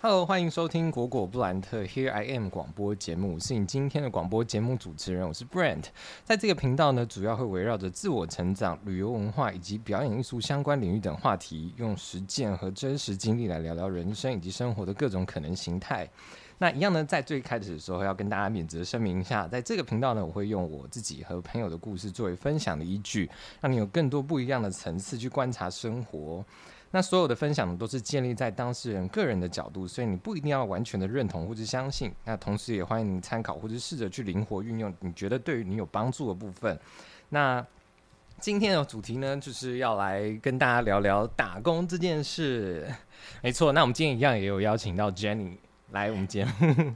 Hello，欢迎收听果果布兰特 Here I Am 广播节目，我是你今天的广播节目主持人，我是 Brand。在这个频道呢，主要会围绕着自我成长、旅游文化以及表演艺术相关领域等话题，用实践和真实经历来聊聊人生以及生活的各种可能形态。那一样呢，在最开始的时候要跟大家免责声明一下，在这个频道呢，我会用我自己和朋友的故事作为分享的依据，让你有更多不一样的层次去观察生活。那所有的分享呢，都是建立在当事人个人的角度，所以你不一定要完全的认同或者相信。那同时也欢迎你参考或者试着去灵活运用你觉得对于你有帮助的部分。那今天的主题呢，就是要来跟大家聊聊打工这件事。没错，那我们今天一样也有邀请到 Jenny 来我们节目。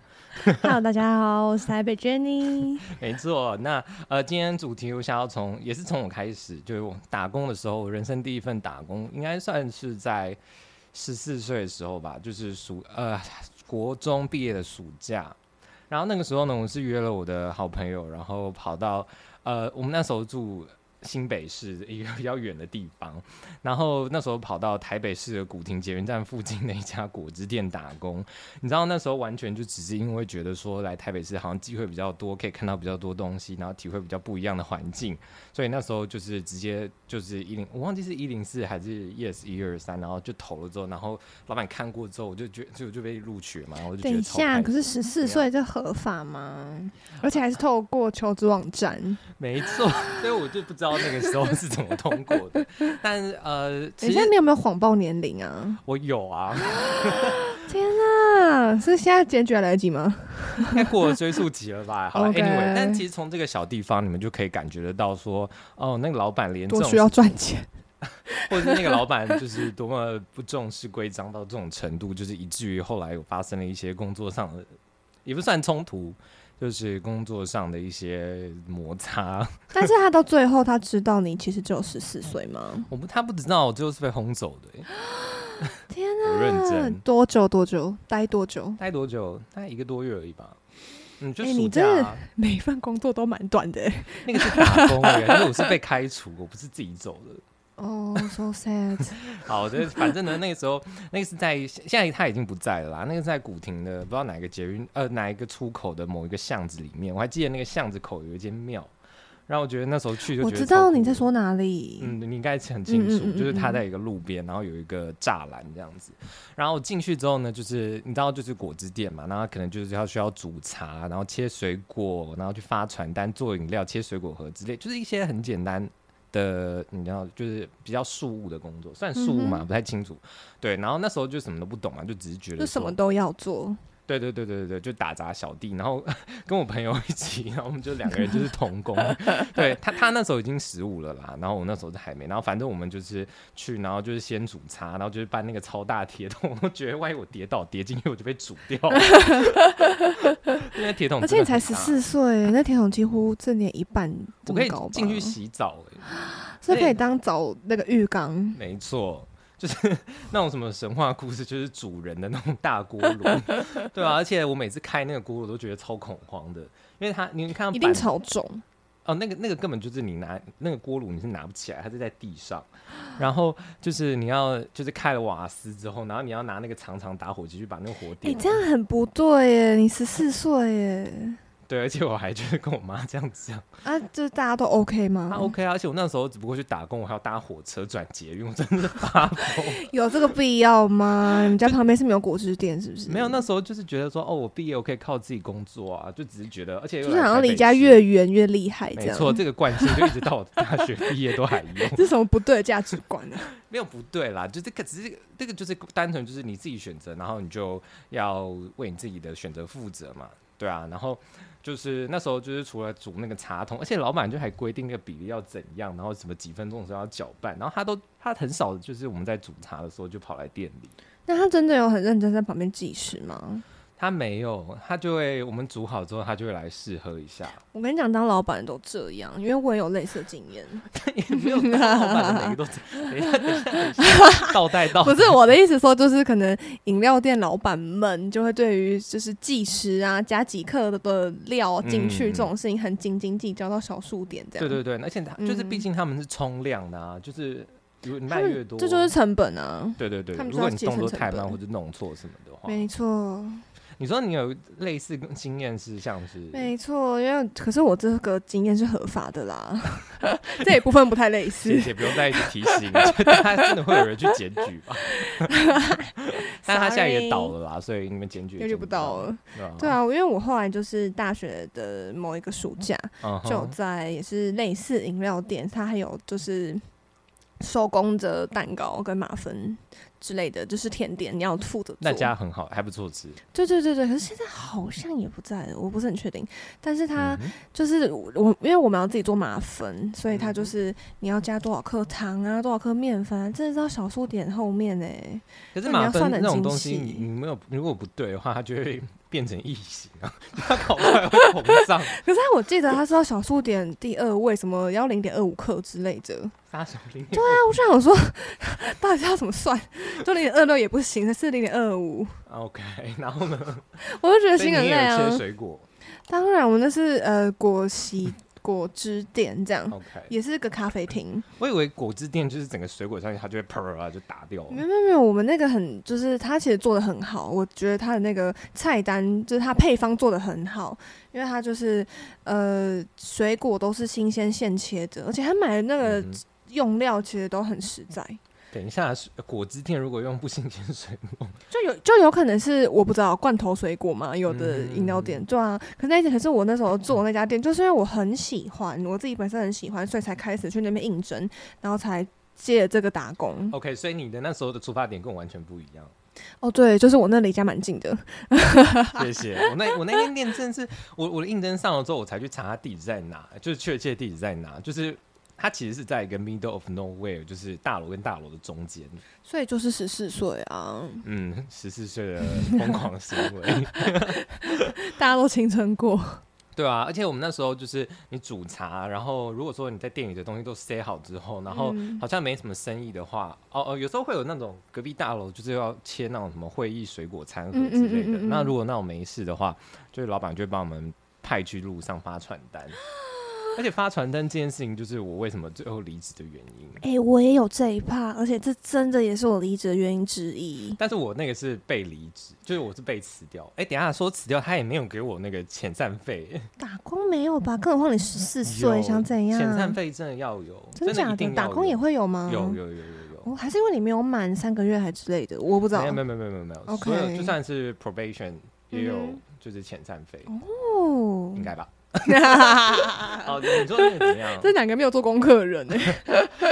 Hello，大家好，我是台 北 Jenny。没错，那呃，今天主题我想要从也是从我开始，就是我打工的时候，我人生第一份打工应该算是在十四岁的时候吧，就是暑呃国中毕业的暑假。然后那个时候呢，我是约了我的好朋友，然后跑到呃我们那时候住新北市一个比较远的地方，然后那时候跑到台北市的古亭捷运站附近的一家果汁店打工。你知道那时候完全就只是因为觉得说来台北市好像机会比较多，可以看到比较多东西，然后体会比较不一样的环境，所以那时候就是直接就是一零，我忘记是一零四还是 yes 一二三，然后就投了之后，然后老板看过之后，我就觉就就被录取了嘛，我就觉等得一超开下，心。可是十四岁这合法吗？而且还是透过求职网站。 没错， 所以我就不知道那个时候是怎么通过 的，但是呃，等其一下实，你有没有谎报年龄啊？我有啊，天啊，是现在检举还来得及吗？应该过了追溯期了 吧？好了 OK ，anyway，但其实从这个小地方，你们就可以感觉得到说，哦，那个老板连这多种需要赚钱。 或者是那个老板就是多么不重视规章到这种程度，就是以至于后来有发生了一些工作上的，也不算冲突，就是工作上的一些摩擦。 但是他到最后，他知道你其实只有十四岁吗？我不，他不知道，我最后是被轰走的、欸天我啊！认真多久？多久？待多久？待多久？大概一个多月而已吧。嗯，就欸暑你假、啊 每一份工作都蛮短的、欸。 那个是打工而已，因为我是被开除，我不是自己走的。哦、s o sad。好的，反正呢，那个时候， 那个是在现在他已经不在了啦。那个是在古亭的，不知道哪一个捷运呃哪一个出口的某一个巷子里面，我还记得那个巷子口有一间庙。然后我觉得那时候去就我觉得知超道酷你的在，说哪里。嗯，你应该很清楚，嗯嗯嗯就是它嗯嗯在一个路边，然后有一个栅栏这样子。然后进去之后呢，就是你知道就是果汁店嘛，然后可能就是要需要煮茶，然后切水果，然后去发传单、做饮料、切水果盒之类，就是一些很简单的，你知道，就是比较事务的工作，算事务嘛，嗯哼不太清楚。对，然后那时候就什么都不懂啊嘛，就只是觉得就什说么都要做，对对对对对，就打杂小弟，然后 跟我朋友一起，然后我们就两个人就是童工。 对他，他那时候已经十五了啦，然后我那时候是还没，然后反正我们就是去，然后就是先煮茶，然后就是搬那个超大铁桶，我觉得万一我跌倒跌进去，我就被煮掉了。因为铁桶，而且你才十，四岁，那铁桶几乎正年一半这我可么以高吧？进去洗澡、欸，是可以当澡那个浴缸。没错。就是那种什么神话故事，就是主人的那种大锅炉， 对啊，而且我每次开那个锅，我都觉得超恐慌的，因为它，你看它一定板超重，哦，那个那个根本就是你拿那个锅炉你是拿不起来，它是在地上。然后就是你要就是开了瓦斯之后，然后你要拿那个长长打火机去把那个火哎、点。这样很不对耶！你十四岁耶，对，而且我还就是跟我妈这样讲，啊，就是大家都 OK 吗？她 OK 啊，而且我那时候只不过去打工，我还要搭火车转捷运，我真的是 发疯。有这个必 要吗？你们家旁边是没有果汁店是不是？没有，那时候就是觉得说，哦，我毕业我可以靠自己工作啊，就只是觉得，而且又就来是好台像北离家市越远越厉害这没样。错，这个惯性就一直到我大学毕业都还有。这是什么不对的价值观 呢、啊？没有不对啦，就这个只是这个就是单纯就是你自己选择，然后你就要为你自己的选择负责嘛，对啊。然后就是那时候就是除了煮那个茶桶，而且老板就还规定那个比例要怎样，然后什么几分钟的时候要搅拌，然后他都他很少就是我们在煮茶的时候就跑来店里，那他真的有很认真在旁边计时吗？他没有，他就会我们煮好之后他就会来试喝一下，我跟你讲，当老板都这样，因为我也有类似的经验。也没有当老板的每个都 这样，等一下等一下等一下，倒带倒 不是我的意思说，就是可能饮料店老板们就会对于就是计时啊，加几克的料进去嗯这种事情很斤斤计较到小数点这样。对对对，而且他就是，毕嗯竟他们是冲量的啊，就是越他卖越们多，这就是成本啊，对对对他。们如就要果你节省动作成太慢本或者弄错什么的话，没错。你说你有类似经验是像是没错，因为可是我这个经验是合法 的啦，这一部分不太类似也。不用再一直提醒，就大家真的会有人去检举 吧？但他现在也倒了啦，所以你们检举也也举不到了，检不对到，啊，因为我后来就是大学的某一个暑假，嗯哼就在也是类似饮料店，它还有就是手工的蛋糕跟马芬之类的，就是甜点你要负责做。那家很好，还不错 吃。对对对对，可是现在好像也不在了，我不是很确定。但是它嗯哼就是我，我因为我们要自己做马芬，所以它嗯就是你要加多少克糖啊，多少克面粉啊，真的是到小数点后面呢、欸可是那你马要芬算得那很种东西，精你细你没有如果不对的话，它就会变成异形啊， 它搞不好会膨 胀。可是我记得它是到小数点第二位，什么要零点二五克之类的。杀手林对啊，我就想说， 到底是要怎么算？就零点二六也不行，是零点二五， ，OK，然后呢？我就觉得所以心很你累也有啊切。水果当然，我们那是呃果昔果汁店这样， ，OK。也是个咖啡厅。我以为果汁店就是整个水果上去，它就会啪啪啪就打掉了。没有没有没有，我们那个很就是它其实做的很好，我觉得它的那个菜单就是它配方做的很好，因为它就是呃水果都是新鲜现切的，而且他买的那个嗯哼用料其实都很实在。等一下，是果汁店如果用不新鲜水果， 就有就有可能是我不知道罐头水果嘛，有的嗯饮料店、对啊。可是那可是我那时候做那家店，就是因为我很喜欢，我自己本身很喜欢，所以才开始去那边应征，然后才接了这个打工。 OK，所以你的那时候的出发点跟我完全不一 样。哦，对，就是我那离家蛮近的，谢谢。我那我那天店真的是，我我的应征上了之后，我才去查他地址在哪，就是确切地址在哪，就是它其实是在一个 middle of nowhere，就是大楼跟大楼的中间。所以就是十四岁啊， 嗯，十四岁的疯狂行为。大家都青春过。对啊，而且我们那时候就是你煮茶，然后如果说你在店里的东西都塞好之后，然后嗯好像没什么生意的话，哦哦，有时候会有那种隔壁大楼就是要切那种什么会议水果餐盒嗯嗯之类的。嗯嗯嗯那如果那种没事的话，就是老板就会帮我们派去路上发传单。而且发传单这件事情，就是我为什么最后离职的原因。啊哎、我也有这一趴，而且这真的也是我离职的原因之一。但是我那个是被离职，就是我是被辞掉。哎、等一下说辞掉，他也没有给我那个遣散费。打工没有吧？更何况你十四岁，有想怎样？ 遣散费真的要有，真的假一定的？要打工也有会有吗？有有有有有。哦，还是因为你没有满三个月还之类的，我不知道。没有没有没有没有没有 OK 所有就算是 probation 也有嗯就是遣散费，哦应该吧？啊哦，你说那个怎么样？ 这两个没有做功课的 人呢、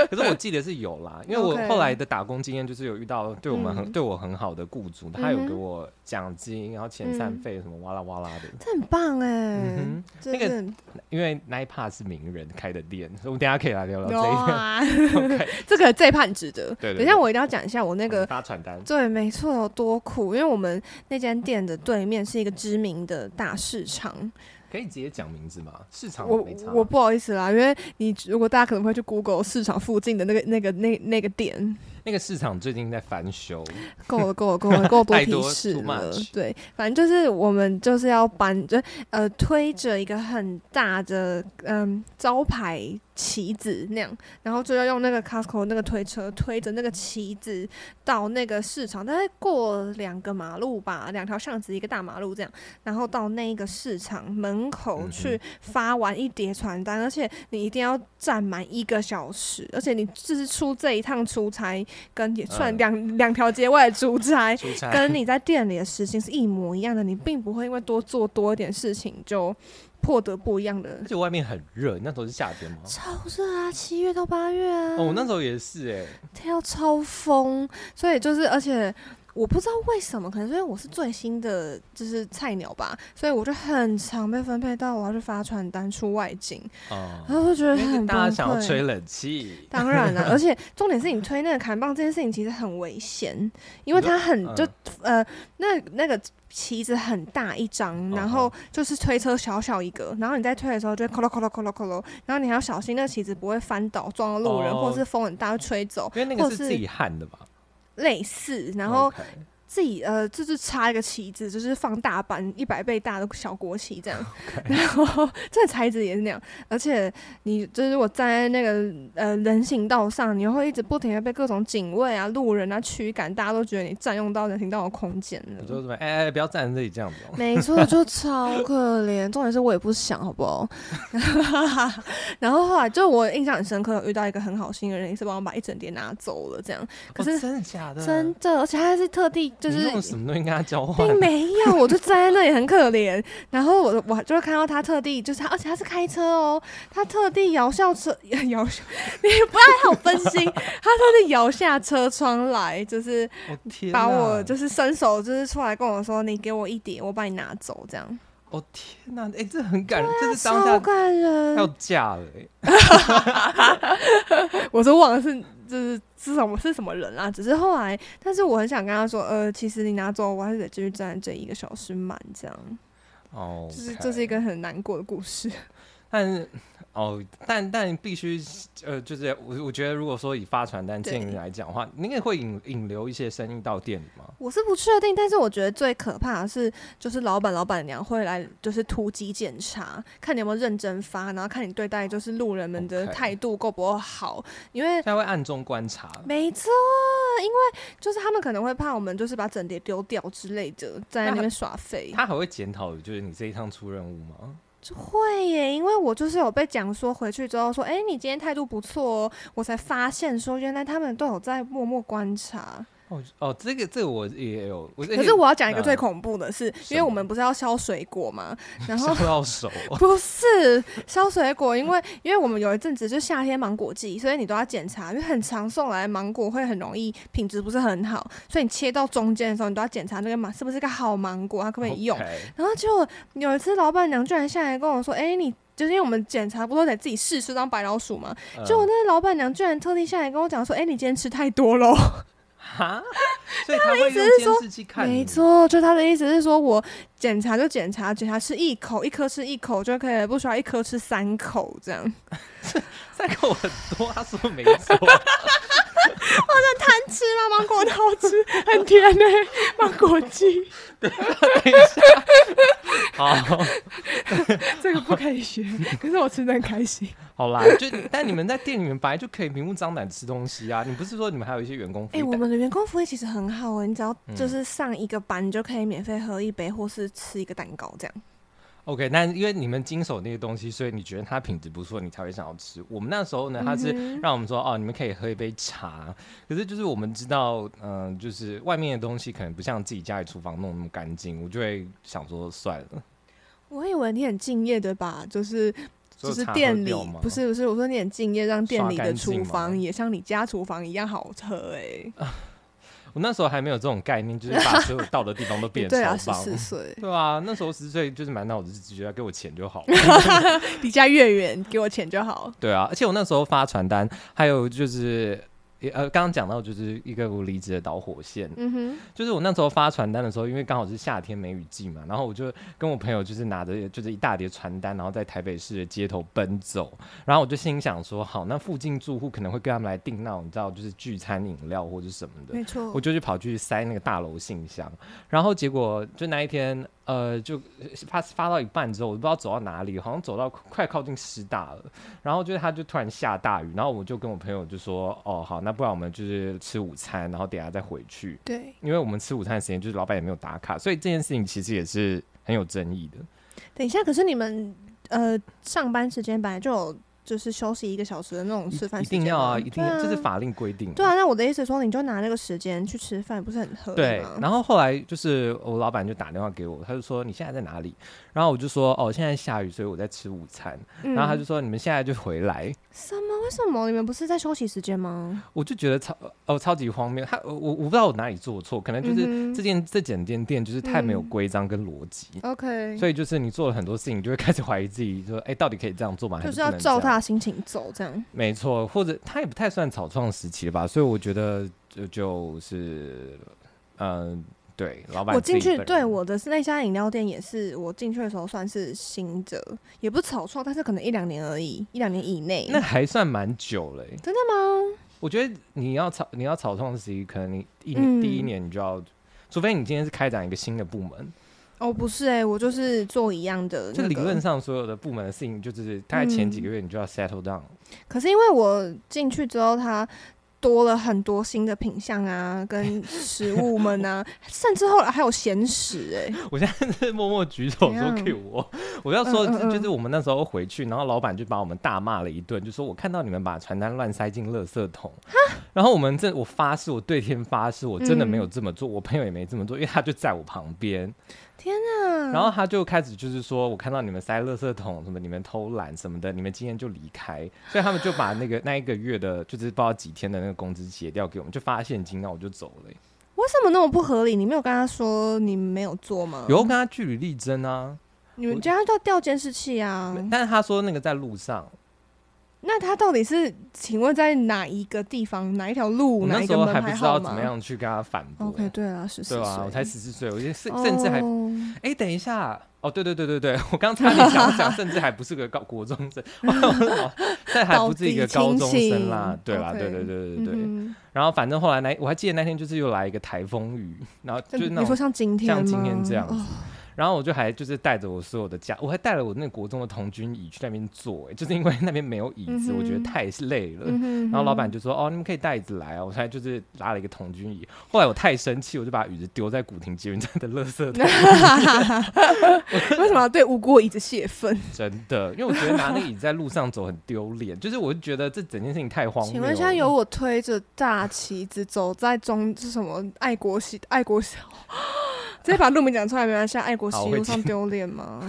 可是我记得是有啦，因为我 OK 后来的打工经验就是有遇到对我们很嗯对我很好的雇主，他有嗯哼给我奖金，然后遣散嗯费什么哇啦哇啦的。这很棒哎、嗯这那个是哼，因为 n i p a 是名人开的店，所以我们等一下可以来聊聊有哦这一点。啊， OK， 这个这一判值得。对对对等一下我一定要讲一下我那那个。发传单，对，没错，有多苦，因为我们那间店的对面是一个知名的大市场。可以直接讲名字吗？市场我没差我不好意思啦，因为你如果大家可能会去 Google 市场附近的那个那个那那个店，那个市场最近在翻修， 够了，够了，够了，够多太提多示 too 了 much。对，反正就是我们就是要搬，就呃推着一个很大的嗯招牌旗子那样，然后就要用那个 Costco 那个推车推着那个旗子到那个市场，大概过两个马路吧，两条巷子一个大马路这样，然后到那个市场门口嗯去发完一叠传单，而且你一定要站满一个小时，而且你就是出这一趟出差，跟也算嗯两两条街外的出差，出差哎跟你在店里的事情是一模一样的，你并不会因为多做多一点事情就获得不一样的而。且外面很热，那时候是夏天吗？超热啊，七月到八月啊，哦，我那时候也是哎、天要超疯，所以就是而且。我不知道为什么，可能是因为我是最新的，就是菜鸟吧，所以我就很常被分配到我要去发传单、出外景，哦然后就觉得因为啊很大家崩想要溃吹冷气，当然了、而且重点是你推那个砍棒这件事情其实很危险，因为它很就、呃那那个旗子很大一张，然后就是推车小小一个，然后你在推的时候就会咯咯咯咯咯咯咯，然后你还要小心那个旗子不会翻倒撞到路人，哦或者是风很大会吹走，因为那个或是是自己焊的吧。类似，然后 OK，自己呃，就是插一个旗子，就是放大版一百倍大的小国旗 这样。然后 这材质也是那样，而且你就是我站在那个呃人行道上，你会一直不停的被各种警卫啊、路人啊驱赶，大家都觉得你占用到人行道的空间我就了。什么哎哎，不要站在这里这样子、哦。 没错，就超可怜。重点是我也不想，好不好？ 然后后来就我印象很深刻，有遇到一个很好心的人，也是帮我把一整叠拿走了，这样。可是哦真的假的？真的，而且他还是特地就你是用什么东西跟他交 换？并没 有，我就站在那里很可怜。然后我我就看到他特地就是他，而且他是开车哦，他特地摇下车 摇下，你不要好分心，他特地摇下车窗来，就是我哦天哪，把我就是伸手就是出来跟我说，你给我一叠，我把你拿走这样，我天哪，哎，这很感人，这是当啊超下感要人。嫁了哎。我都忘了是就是是什么是什么人啦、只是后来，但是我很想跟他说，呃，其实你拿走，我还是得继续站在这一个小时满这样，哦，就是这是一个很难过的故事。但是哦，但但必须呃，就是我我觉得，如果说以发传单对建议来讲的话，你也会引引流一些生意到店里吗？我是不确定，但是我觉得最可怕的是，就是老板、老板娘会来，就是突击检查，看你有没有认真发，然后看你对待就是路人们的哦 OK 态度够不够好，因为。现在会暗中观察，没错，因为就是他们可能会怕我们就是把整叠丢掉之类的，在那边耍废。他还会检讨，就是你这一趟出任务吗？就会耶，因为我就是有被讲说回去之后说，哎、你今天态度不错哦，我才发现说原来他们都有在默默观察。哦哦，这个这个我也有，我可是我要讲一个最嗯恐怖的是，什因为我么们不是要削水果嘛， 然后收到 手，不是削水果，因为因为我们有一阵子就夏天芒果季，所以你都要检查，因为很常送来的芒果会很容易品质不是很好，所以你切到中间的时候，你都要检查那个芒是不是个好芒果，它可不可以用。 OK 然后结果有一次，老板娘居然下来跟我说：“哎、你就是因为我们检查不都得自己试吃当白老鼠嘛？”嗯结果那个老板娘居然特地下来跟我讲说：“哎、你今天吃太多喽。” 哈，所以他会用监视器看你，没错，就他的意思是说，我检查就检查，检查吃一口，一颗吃一口就可以了，不需要一颗吃三口这样。三口很多，他说没 错，吃吗？芒果很好吃，很甜呢、芒果鸡， 好这个不可以 学，可是我吃的很开心。好啦，就但你们在店里面本来就可以明目张胆吃东西啊，你不是说你们还有一些员工福哎、利我但们的员工福利其实很好哦、你只要嗯就是上一个班，你就可以免费喝一杯或是吃一个蛋糕这样。 OK，但因为你们经手那些东西，所以你觉得它品质不错，你才会想要吃。我们那时候呢，它是嗯哼让我们说、哦，你们可以喝一杯茶。可是就是我们知道，嗯、就是外面的东西可能不像自己家里厨房弄那么干净，我就会想说算了，我以为你很敬业的吧，就是。所就以是茶喝店里掉吗不是不是，我说你很敬业，让店刷里的干净厨吗房也像你家厨房一样好喝哎、我那时候还没有这种概念，就是把所有到的地方都 变对成超啊，十棒。四岁 对啊，那时候十四岁就是满脑子只觉得给我钱就好了。离家越远，给我钱就好。对啊，而且我那时候发传单，还有就是也呃，刚刚讲到就是一个我离职的导火线，嗯哼，就是我那时候发传单的时候，因为刚好是夏天梅雨季嘛，然后我就跟我朋友就是拿着就是一大叠传单，然后在台北市的街头奔走，然后我就心想说，好，那附近住户可能会跟他们来订那种你知道就是聚餐饮料或者什么的，没错我。就去跑去塞那个大楼信箱，然后结果就那一天，呃，就发发到一半之后，我都不知道走到哪里，好像走到快靠近师大了，然后就是它就突然下大雨，然后我就跟我朋友就说，哦，好，那不然我们就是吃午餐，然后等一下再回去，对，因为我们吃午餐的时间就是老板也没有打卡，所以这件事情其实也是很有争议的。等一下，可是你们呃上班时间本来就有就是休息一个小时的那种吃饭一时间定要啊，吗一定要，对啊这是法令规定的。对啊，那我的意思说，你就拿那个时间去吃饭，不是很合理对吗？，然后后来就是我老板就打电话给我，他就说你现在在哪里？然后我就说哦，现在下雨，所以我在吃午餐。嗯然后他就说你们现在就回来，什么？为什么你们不是在休息时间吗？我就觉得超哦超级荒谬。他我我我不知道我哪里做错，可能就是嗯哼这件、这整间店就是太没有嗯规章跟逻辑。 OK，嗯所以就是你做了很多事情，你就会开始怀疑自己，说，哎、到底可以这样做吗？还就是不是要能照这样他的心情走，这样。没错，或者他也不太算草创时期了吧，所以我觉得就就是，嗯、对，老板我自进己去，本对人我的是那家饮料店，也是我进去的时候算是新的，也不是草创，但是可能一两年而已，一两年以内。那还算蛮久了、欸。真的吗？我觉得你要草你要草创时期，可能你一、嗯第一年你就要除非你今天是开展一个新的部门，哦，不是哎、我就是做一样的、就那个。理论上所有的部门的事情，就是大概前几个月你就要 settle down，、可是因为我进去之后，它多了很多新的品相啊， 跟食物们啊，甚至后来还有咸 食哎、我现在是默默举手怎说样 Q 我，我要说嗯嗯嗯就是我们那时候回去，然后老板就把我们大骂了一顿，就说我看到你们把传单乱塞进垃圾桶，然后我们这我发誓，我对天发誓，我真的没有这么做，我朋友也没这么做，因为他就在我旁边，嗯然后他就开始就是说我看到你们塞垃圾桶，什么你们偷懒什么的，你们今天就离开，所以他们就把那个那一个月的就是不知道几天的那个工资结掉给我们，就发现金，那我就走了、欸为什么那么不合理？你没有跟他说你没有做吗？有，跟他据理力争啊，你们家要调监视器啊？但是他说那个在路上。那他到底是请问在哪一个地方、哪一条路、我哪那一时个候门还不牌知号道怎么码样去跟他反驳、 ？OK，对啊，十四对岁啊，我才十四岁，我觉得甚甚至还哎、哦等一下，哦，对对对对对，我刚才你想要讲，甚至还不是个高国中生， 哦但还不是一个高中生啦倒地清醒，对啦， OK 对对对对对。嗯然后反正后来那我还记得那天就是又来一个台风雨，然后哼就是那你说种，像今天吗？像今天这样子哦然后我就还就是带着我所有的家，我还带了我那个国中的童军椅去那边坐、哎，就是因为那边没有椅子，我觉得嗯哼太累了。嗯哼然后老板嗯。就说：“哦，你们可以带椅子来啊！”我才就是拉了一个童军椅。后来我太生气，我就把椅子丢在古亭捷运站的垃圾桶 为什么要对无辜的椅子泄愤？真的，因为我觉得拿那个椅子在路上走很丢脸，就是我就觉得这整件事情太荒谬了。请问现在有我推着大旗子走在中是什么爱国西爱国西， 直接把路名讲出来没关系啊，爱国西路上丢脸 吗？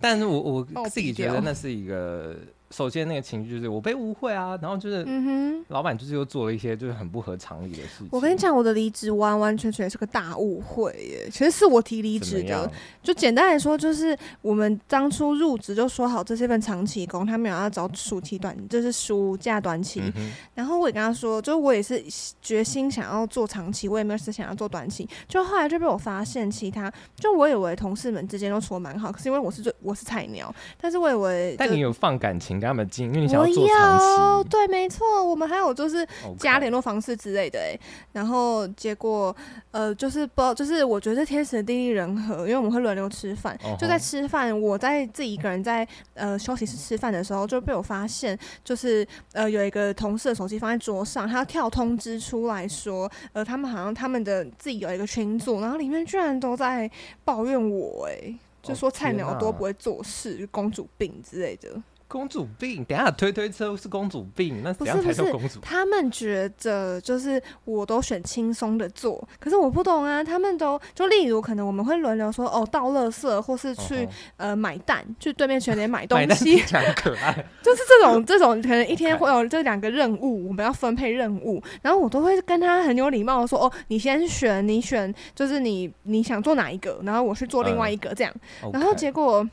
但是我我爆自己毙觉得掉那是一个，首先那个情绪就是我被误会啊，然后就是嗯哼。老板就是又做了一些就是很不合常理的事情。我跟你讲，我的离职完完全全是个大误会耶！其实是我提离怎么职的样，？就简单来说，就是我们当初入职就说好这是一份长期工，他没有要找暑期短，就是暑假短期。嗯哼然后我也跟他说，就我也是决心想要做长期，我也没有是想要做短期。就后来就被我发现，其他就我以为同事们之间都处的蛮好，可是因为我是最我是菜鸟，但是我以为但呃就你有放感情跟他们经营，因为你想我要做长有期。对，没错，我们还有就是 OK 哦加联络方式之类的、欸，然后结果呃，就是不知道，就是我觉得是天时地利人和，因为我们会轮流吃饭哦吼就在吃饭，我在自己一个人在呃休息室吃饭的时候，就被我发现，就是呃有一个同事的手机放在桌上，他要跳通知出来说，呃，他们好像他们的自己有一个群组，然后里面居然都在抱怨我、欸，哦就说菜天鸟多哪不会做事，公主病之类的。公主病，等一下推推车是公主病，那怎不样是才不叫是公主？他们觉得就是我都选轻松的做，可是我不懂啊。他们都就例如可能我们会轮流说哦倒垃圾，或是哦去、吼呃买蛋，去对面全联买东买单西，听起来很可 爱。就是这种这种可能一天 OK 会有这两个任务，我们要分配任务，然后我都会跟他很有礼貌的说哦你先选，你选就是你你想做哪一个，然后我去做另外一个这样。然后嗯 OK 结果。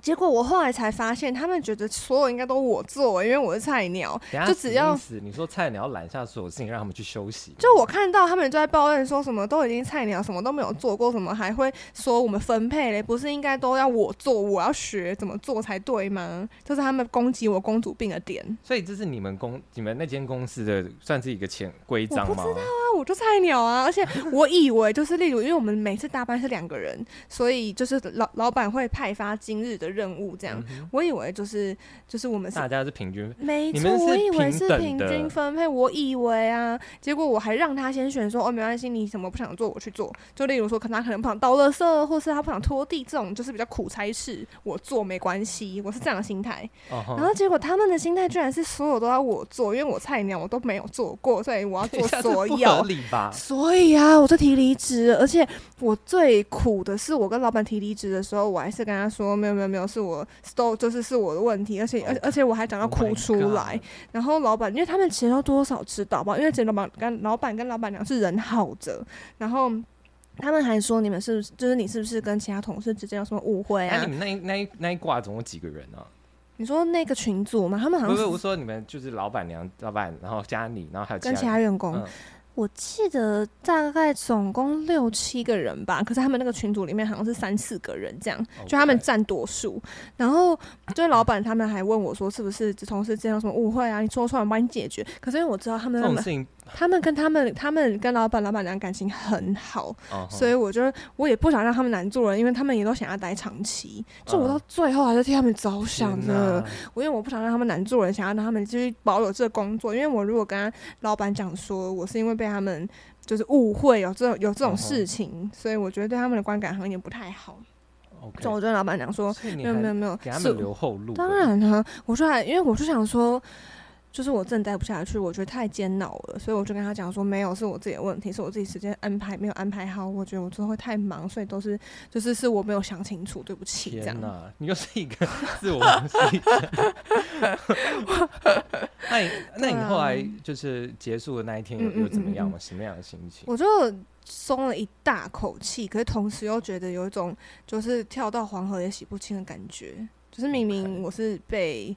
结果我后来才发现，他们觉得所有应该都我做，因为我是菜鸟，等下就什只么要意思你说菜鸟揽下所有事情，让他们去休息。就我看到他们就在抱怨说什么都已经菜鸟，什么都没有做过，什么还会说我们分配嘞，不是应该都要我做，我要学怎么做才对吗？这是他们攻击我公主病的点。所以这是你们公你们那间公司的算是一个潜规章吗？啊，我就菜鸟啊， 而且我以为就是例如，因为我们每次搭班是两个人，所以就是老老板会派发今日的任务这样。嗯哼我以为就是就是我们是大家是平均。没你错，们是我以为平是等平的均分配，我以为啊，结果我还让他先选说，哦，没关系，你什么不想做，我去做。就例如说，可能他可能不想倒垃圾，或是他不想拖地，这种就是比较苦差事，我做没关系，我是这样的心态。哦吼然 后结果他们的心态居然是所有都要我做，因为我菜鸟，我都没有做过，所以我要 等一做下哦所这不合有。理吧？所以啊，我就提离职了，而且我最苦的是，我跟老板提离职的时候，我还是跟他说，没有没有没有，是我都就是是我的问题，而且而 Oh 而且我还讲到 Oh my 哭出来。 God，然后老板，因为他们其实都多少知道吧，因为其实老板跟老板跟老板娘是人好着，然后他们还说你们是不是就是你是不是跟其他同事之间有什么误会那啊哎你？们那一那一那一挂总共几个人啊？你说那个群组嘛，他们好不像是，我是说你们就是老板娘、老板，然后加你，然后还有跟其他他员工，嗯我记得大概总共六七个人吧，可是他们那个群组里面好像是三四个人这样，就他们 OK 占多数。然后就是老板他们还问我说，是不是同事之间有什么误会啊？你说出来我帮你解决。可是因为我知道他们这那种么事情他们跟他们他们跟老板老板娘感情很好，哦吼所以我就我也不想让他们难做人，因为他们也都想要待长期，就我到最后还是替他们着想嗯天的哪。我因为我不想让他们难做人，想要让他们继续保有这个工作。因为我如果跟他老板讲说我是因为被他们就是误会有这种有这嗯哼种事情，所以我觉得对他们的观感好像有点不太好。 OK，所以我就跟老板娘说，所以你没有没有还没有，给他是们留后路，当，然啊，我说还因为我就想说，就是我真的待不下去，我觉得太煎熬了，所以我就跟他讲说，没有是我自己的问题，是我自己时间安排没有安排好，我觉得我之后会太忙，所以都是就是是我没有想清楚，对不起这天样。哪，你又是一个自我牺牲。 那你那你后来就是结束的那一天有啊嗯嗯有怎么嗯样嗯吗？什么样的心情？我就松了一大口气，可是同时又觉得有一种就是跳到黄河也洗不清的感觉，就是明 OK 明我是被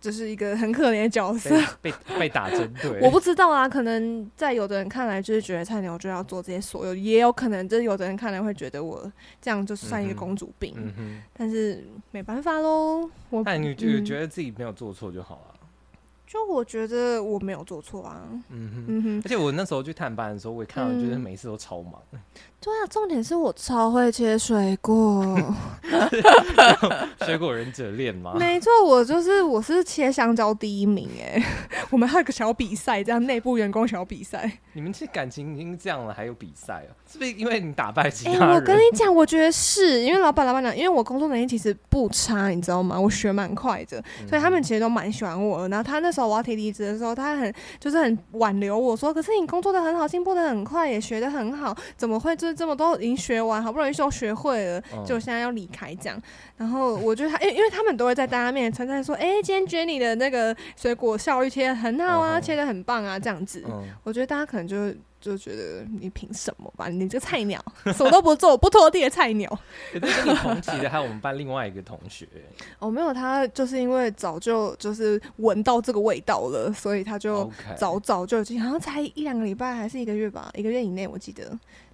就是一个很可怜的角 色，被被被打 针对，我不知道啊，可能在有的人看来就是觉得菜鸟就要做这些所有，也有可能就是有的人看来会觉得我这样就算一嗯个哼公主病，嗯啊哼，但是没办法喽。我但你就嗯觉得自己没有做错就好了。就我觉得我没有做错啊，嗯哼，嗯哼，而且我那时候去探班的时候，我也看到，就是嗯每次都超忙，对啊，重点是我超会切水果，水果忍者恋嘛，没错，我就是我是切香蕉第一名哎、 我们还有个小比赛，这样内部员工小比赛。你们这感情已经这样了，还有比赛哦？是不是因为你打败其哎、他人？我跟你讲，我觉得是因为老板、老板娘，因为我工作能力其实不差，你知道吗？我学蛮快的，所以他们其实都蛮喜欢我的。然后他那时候我要提离职的时候，他很就是很挽留我说：“可是你工作的很好，进步的很快，也学的很好，怎么会就是这么多已经学完，好不容易都学会了，嗯就现在要离开这样？”然后我觉得他，因为因为他们都会在大家面前称赞说：“哎、今天 Jenny 的那个水果效率切的很好嗯啊，哼切的很棒啊，这样子。”嗯，我觉得大家可能就就觉得你凭什么吧？你这个菜鸟， 什么都不做，不拖地的菜鸟。可是跟你同期的还有我们班另外一个同学，哦，没有，他就是因为早就就是闻到这个味道了，所以他 就哦 OK 早早就已经好像才一两个礼拜还是一个月吧，一个月以内我记得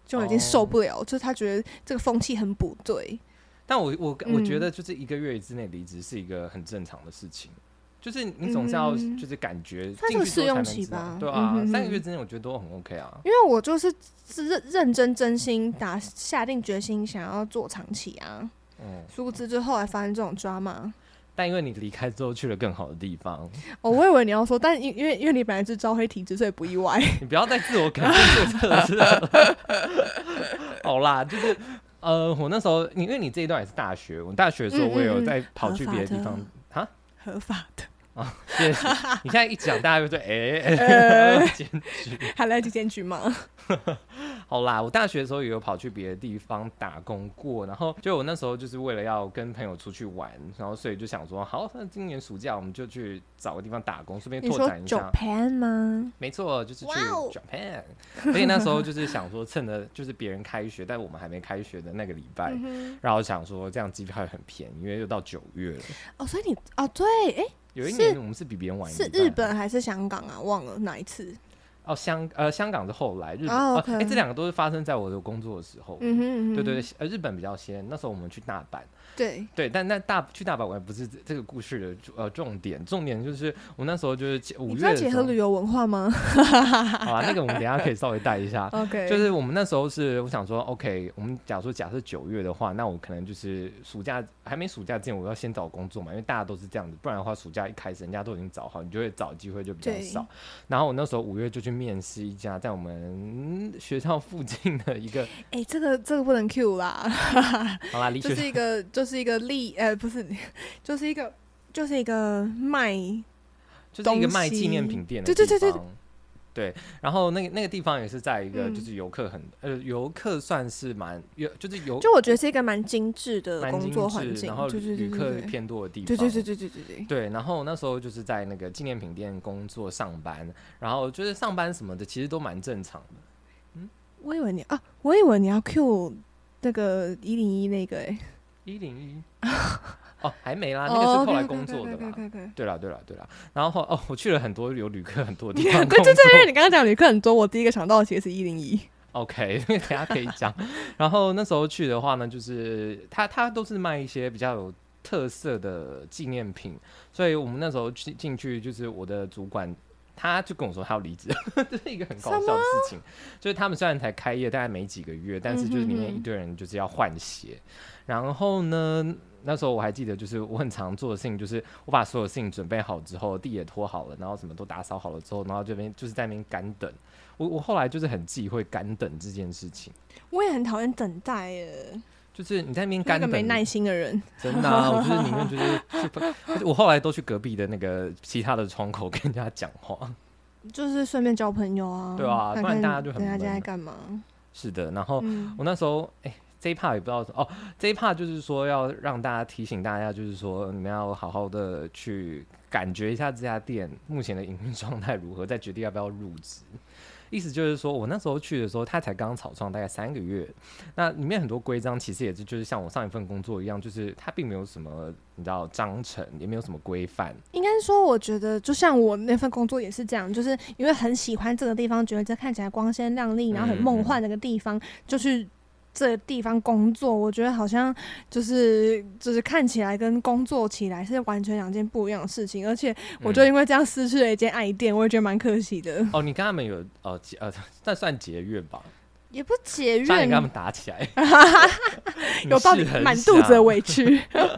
就已经哦受不了，就是他觉得这个风气很不对。但我我嗯我觉得就是一个月之内离职是一个很正常的事情，就是你总是要嗯就是感觉算进是去之后试用才能期知道吧对啊嗯，哼三个哼月之内我觉得都很 OK 啊。因为我就是认认真真心打下定决心想要做长期啊，嗯，殊不知就后来发生这种 drama。但因为你离开之后去了更好的地方，哦，我以为你要说，但因因为因为你本来是招黑体质，所以不意外。你不要再自我肯定这个测试了。 好啦，就是呃，我那时候你因为你这一段也是大学，我大学的时候嗯嗯我也有嗯在跑去别的地方合啊。合法 的，谢谢。你现在一讲，大家就说哎哎呃哎，检举。还来几间局吗？ 好啦，我大学的时候也有跑去别的地方打工过，然后就我那时候就是为了要跟朋友出去玩，然后所以就想说，好，那今年暑假我们就去找个地方打工，顺便你拓说展一下。 Japan 吗？没错，就是去哇哦 Japan，所以那时候就是想说，趁着就是别人开学，但我们还没开学的那个礼拜，嗯然后想说这样机票也很便宜，因为又到九月了。哼，哦，所以你哦，对，哎、有一是年我们是比别人晚一个是礼拜日本还是香港啊？忘了哪一次。哦，香呃香港是后来，日本哦哦， ，OK 哎、这两个都是发生在我的工作的时候。嗯哼嗯哼，对对对，呃，日本比较先，那时候我们去大阪，对，对，但那大去大阪玩不是这这个故事的呃重点，重点就是我那时候就是五你月知道的时结候合旅游文化吗。好啊，那个我们等一下可以稍微带一下 ？OK，就是我们那时候是，我想说，OK，我们假如说假设九月的话，那我可能就是暑假还没暑假之前，我要先找工作嘛，因为大家都是这样子，不然的话暑假一开始人家都已经找好，你就会找机会就比较对少。然后我那时候五月就去面试一家在我们学校附近的一个，哎、这个这个不能 Q 啦，好啦，离学就校是一个 就是一个利，呃，不是， 就是一个就是一个卖，就是一个东卖纪念西品店的对地对对对方。对，然后那个那个地方也是在一个嗯就是游客很、呃游客算是蛮有就是游就我觉得是一个蛮精致的蛮工精作环致，境，然后对对旅对客对偏多的地方。对对对对对对对，对，然后那时候就是在那个纪念品店工作上班，然后就是上班什么的，其实都蛮正常的。我以为你啊，我以为你要 Q 那个一零一那个哎、一零一 哦，还没啦，那个是后来工作的啦。 对对啦，对啦，对啦。然后哦，我去了很多有旅客很多地方工对作。对，因为你刚刚讲旅客很多，我第一个想到的其实是一零一。 OK，因为 等下可以讲。然后那时候去的话呢，就是他他都是卖一些比较有特色的纪念品，所以我们那时候去进去，就是我的主管。他就跟我说他要离职， 这是一个很搞笑的事情。就是他们虽然才开业大概没几个月，但是就是里面一堆人就是要换鞋。然后呢，那时候我还记得，就是我很常做的事情，就是我把所有事情准备好之后，地也拖好了，然后什么都打扫好了之后，然后这边就是在那边干等。我我后来就是很忌讳干等这件事情，我也很讨厌等待耶，就是你在那边那干个等，没耐心的人。真的、啊，我就是宁愿就是去，我后来都去隔壁的那个其他的窗口跟人家讲话。就是顺便交朋友啊，对啊看不然看大家就很人家闷哦在干嘛？是的，然后嗯，我那时候哎、这一 part 也不知道哦，这一 part 就是说要让大家提醒大家，就是说你们要好好的去感觉一下这家店目前的营运状态如何，再决定要不要入职。意思就是说，我那时候去的时候，他才刚草创大概三个月，那里面很多规章其实也是就是像我上一份工作一样，就是它并没有什么你知道章程，也没有什么规范，应该说，我觉得就像我那份工作也是这样，就是因为很喜欢这个地方，觉得这看起来光鲜亮丽，然后很梦幻的一个地方，就去这个地方工作。我觉得好像就是就是看起来跟工作起来是完全两件不一样的事情，而且我就嗯因为这样失去了一间爱店，我也觉得蛮可惜的，哦，你跟他们有呃结呃，那算结怨吧？也不解差点怨跟他们打 起来，你有道理是，很满肚子的想委屈，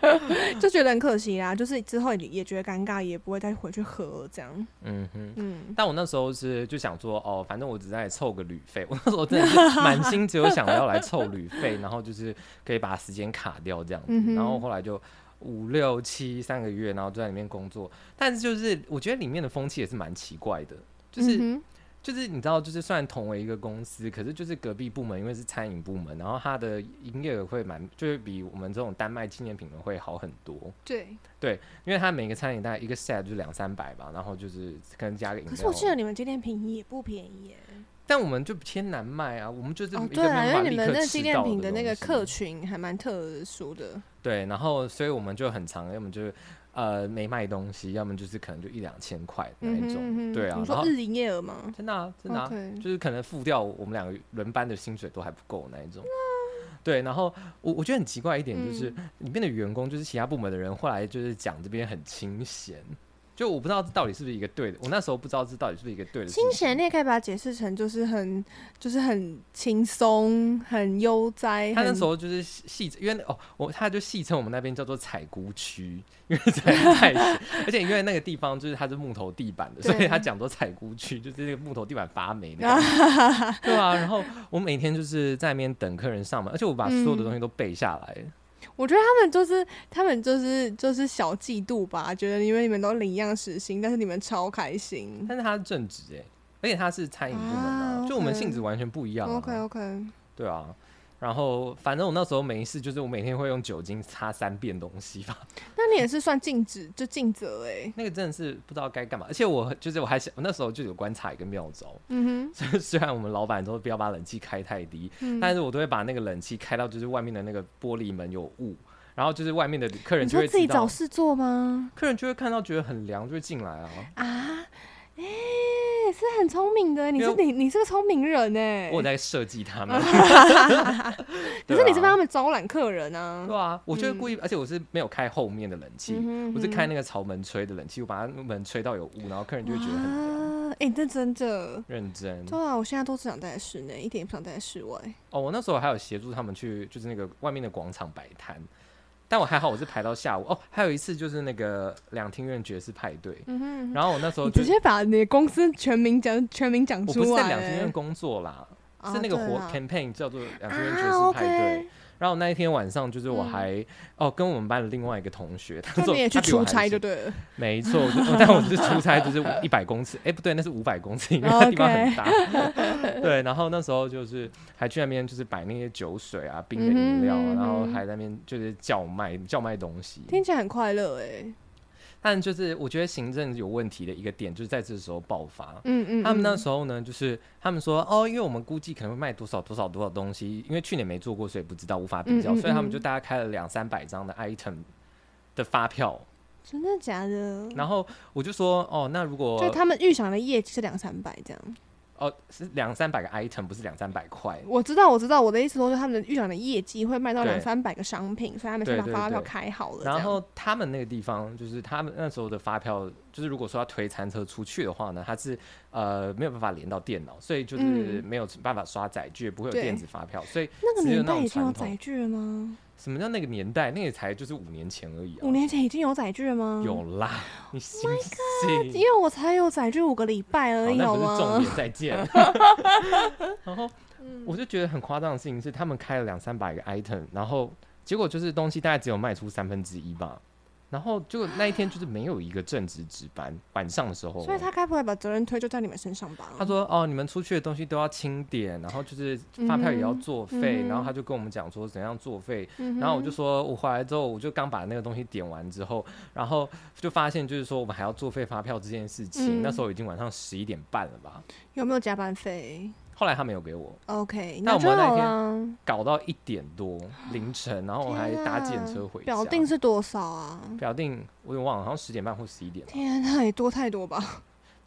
就觉得很可惜啦。就是之后也也觉得尴尬，也不会再回去喝这样。嗯哼。嗯，但我那时候是就想说，哦，反正我只在凑个旅费。我那时候真的 是满心只有想要来凑旅费，然后就是可以把时间卡掉这样子。嗯哼然后后来就五六七三个月，然后就在里面工作。但是就是我觉得里面的风气也是蛮奇怪的，就是、嗯就是你知道，就是虽然同为一个公司，可是就是隔壁部门因为是餐饮部门，然后它的营业额会蛮，就是比我们这种单卖纪念品的会好很多。哼对。因为它每个餐饮大概一个 set 就两三百吧，然后就是可能加个饮料。可是我记得你们纪念品也不便宜耶。但我们就偏难卖啊，我们就是哦一，个对啊，没有因办法为你立们刻那吃纪念到品的那个东西客群还蛮特殊的。对，然后所以我们就很常，要么就是呃没卖东西，要么就是可能就一两千块那一种，嗯哼对啊你，然说后日营哦业额吗？真的啊真的啊 OK 就是可能付掉我们两个轮班的薪水都还不够那一种。对，然后我我觉得很奇怪一点就是，嗯里面的员工就是其他部门的人，后来就是讲这边很清闲，就我不知道这到底是不是一个对的，我那时候不知道这到底是不是一个对的事情。清闲，你也可以把它解释成就是很就是很轻松、很悠哉。他那哎很时候就是戏，因为哦，我他就戏称我们那边叫做采菇区，因为实在是 太小，而且因为那个地方就是它是木头地板的，所以对他讲说采菇区就是那个木头地板发 霉的感觉，对啊。然后我每天就是在那边等客人上门，而且我嗯把所有的东西都背下来，我觉得他们就是他们就是就是小嫉妒吧，觉得因为你们都领一样时薪，但是你们超开心。但是他是正职哎、而且他是餐饮部门啊，啊就我们 OK 性质完全不一样、啊。 OK OK，对啊。然后反正我那时候没事，就是我每天会用酒精擦三遍东西吧。那你也是算尽职就尽责哎、欸。那个真的是不知道该干嘛，而且我就是我还想，我那时候就有观察一个妙招， 嗯就是虽然我们老板都不要把冷气开太低，哼，但嗯，是我都会把那个冷气开到就是外面的那个玻璃门有雾，然后就是外面的客人你就说会自己知道找事做吗？客人就会看到觉得很凉，就会进来啊。啊，哎、是很聪明的，你因为是你你是个聪明人哎、我有在设计他 们，可是你对是啊帮他们招揽客人啊。对啊，我就会故意，而且我是没有开后面的冷气，哼我是开嗯那个朝门吹的冷气，我把它门吹到有雾，然后客人就会觉得很嗯凉。哇，哎、这真的。认真对啊，我现在都只想待在室内，一点也不想待在室外。哦，我那时候还有协助他们去，就是那个外面的广场摆摊，但我还好，我是排到下午。哦，还有一次就是那个两厅院爵士派对，嗯哼，然后我那时候你就直接把你的公司全名讲全名讲我出不是来、在两厅欸院工作啦，哦是那个对活啦 campaign 叫做两厅院爵啊士派对。 ，OK，然后那一天晚上就是我嗯还、哦跟我们班的另外一个同学，他那说你也他去比我出还差小就对了。没错，我就 但我是出差，就是一百公尺，哎、不对，那是五百公尺，因为那地方很大。 对，然后那时候就是还去那边就是摆那些酒水啊、冰的饮料、啊，嗯哼嗯哼然后还在那边就是叫卖叫卖东西。听起来很快乐哎、但就是我觉得行政有问题的一个点，就是在这时候爆发。嗯嗯，他们那嗯时候呢，就是他们说哦，因为我们估计可能会卖多少多少多少东西，因为去年没做过，所以不知道，无法比较，嗯嗯所以他们嗯就大概开了两三百张的 item 的发票，真的假的？然后我就说哦，那如果就他们预想的业绩是两三百这样，哦，是两三百个 item，不是两三百块。我知道，我知道，我的意思说，是他们的预想的业绩会卖到对两三百个商品，所以他们先对把对发票对开好了。这然样后他们那个地方，就是他们那时候的发票，就是如果说要推餐车出去的话呢，它是呃没有办法连到电脑，所以就是嗯没有办法刷载具，也不会有对电子发票。所以那个只有年那代种已经有传统载具了吗？什么叫那个年代？那也才就是五年前而已啊。五年前已 Oh 经有载具了吗？，有啦，你信不因信？为我才有载具五个礼拜而好，已，那好不是重吗？点，再 见。 然后嗯我就觉得很夸张的事情是，他们开了两三百个 item，然后结果就是东西大概只有卖出三分之一吧。然后就那一天就是没有一个正职值班， 晚上的时候哦。所以他该不会把责任推就在你们身上吧？他说：“哦，你们出去的东西都要清点，然后就是发票也要嗯哼作废。嗯哼然后他就跟我们讲说怎样作废。嗯哼，然后我就说，我回来之后，我就刚把那个东西点完之后，然后就发现就是说我们还要作废发票这件事情。嗯那时候已经晚上十一点半了吧？有没有加班费后来他没有给我， ？OK，那我就们那好天啦。搞到一点多凌晨，然后我还天搭啊计程车回家。表定是多少啊？表定我也忘了，好像十点半或十一点吧，天啊，也多太 多吧？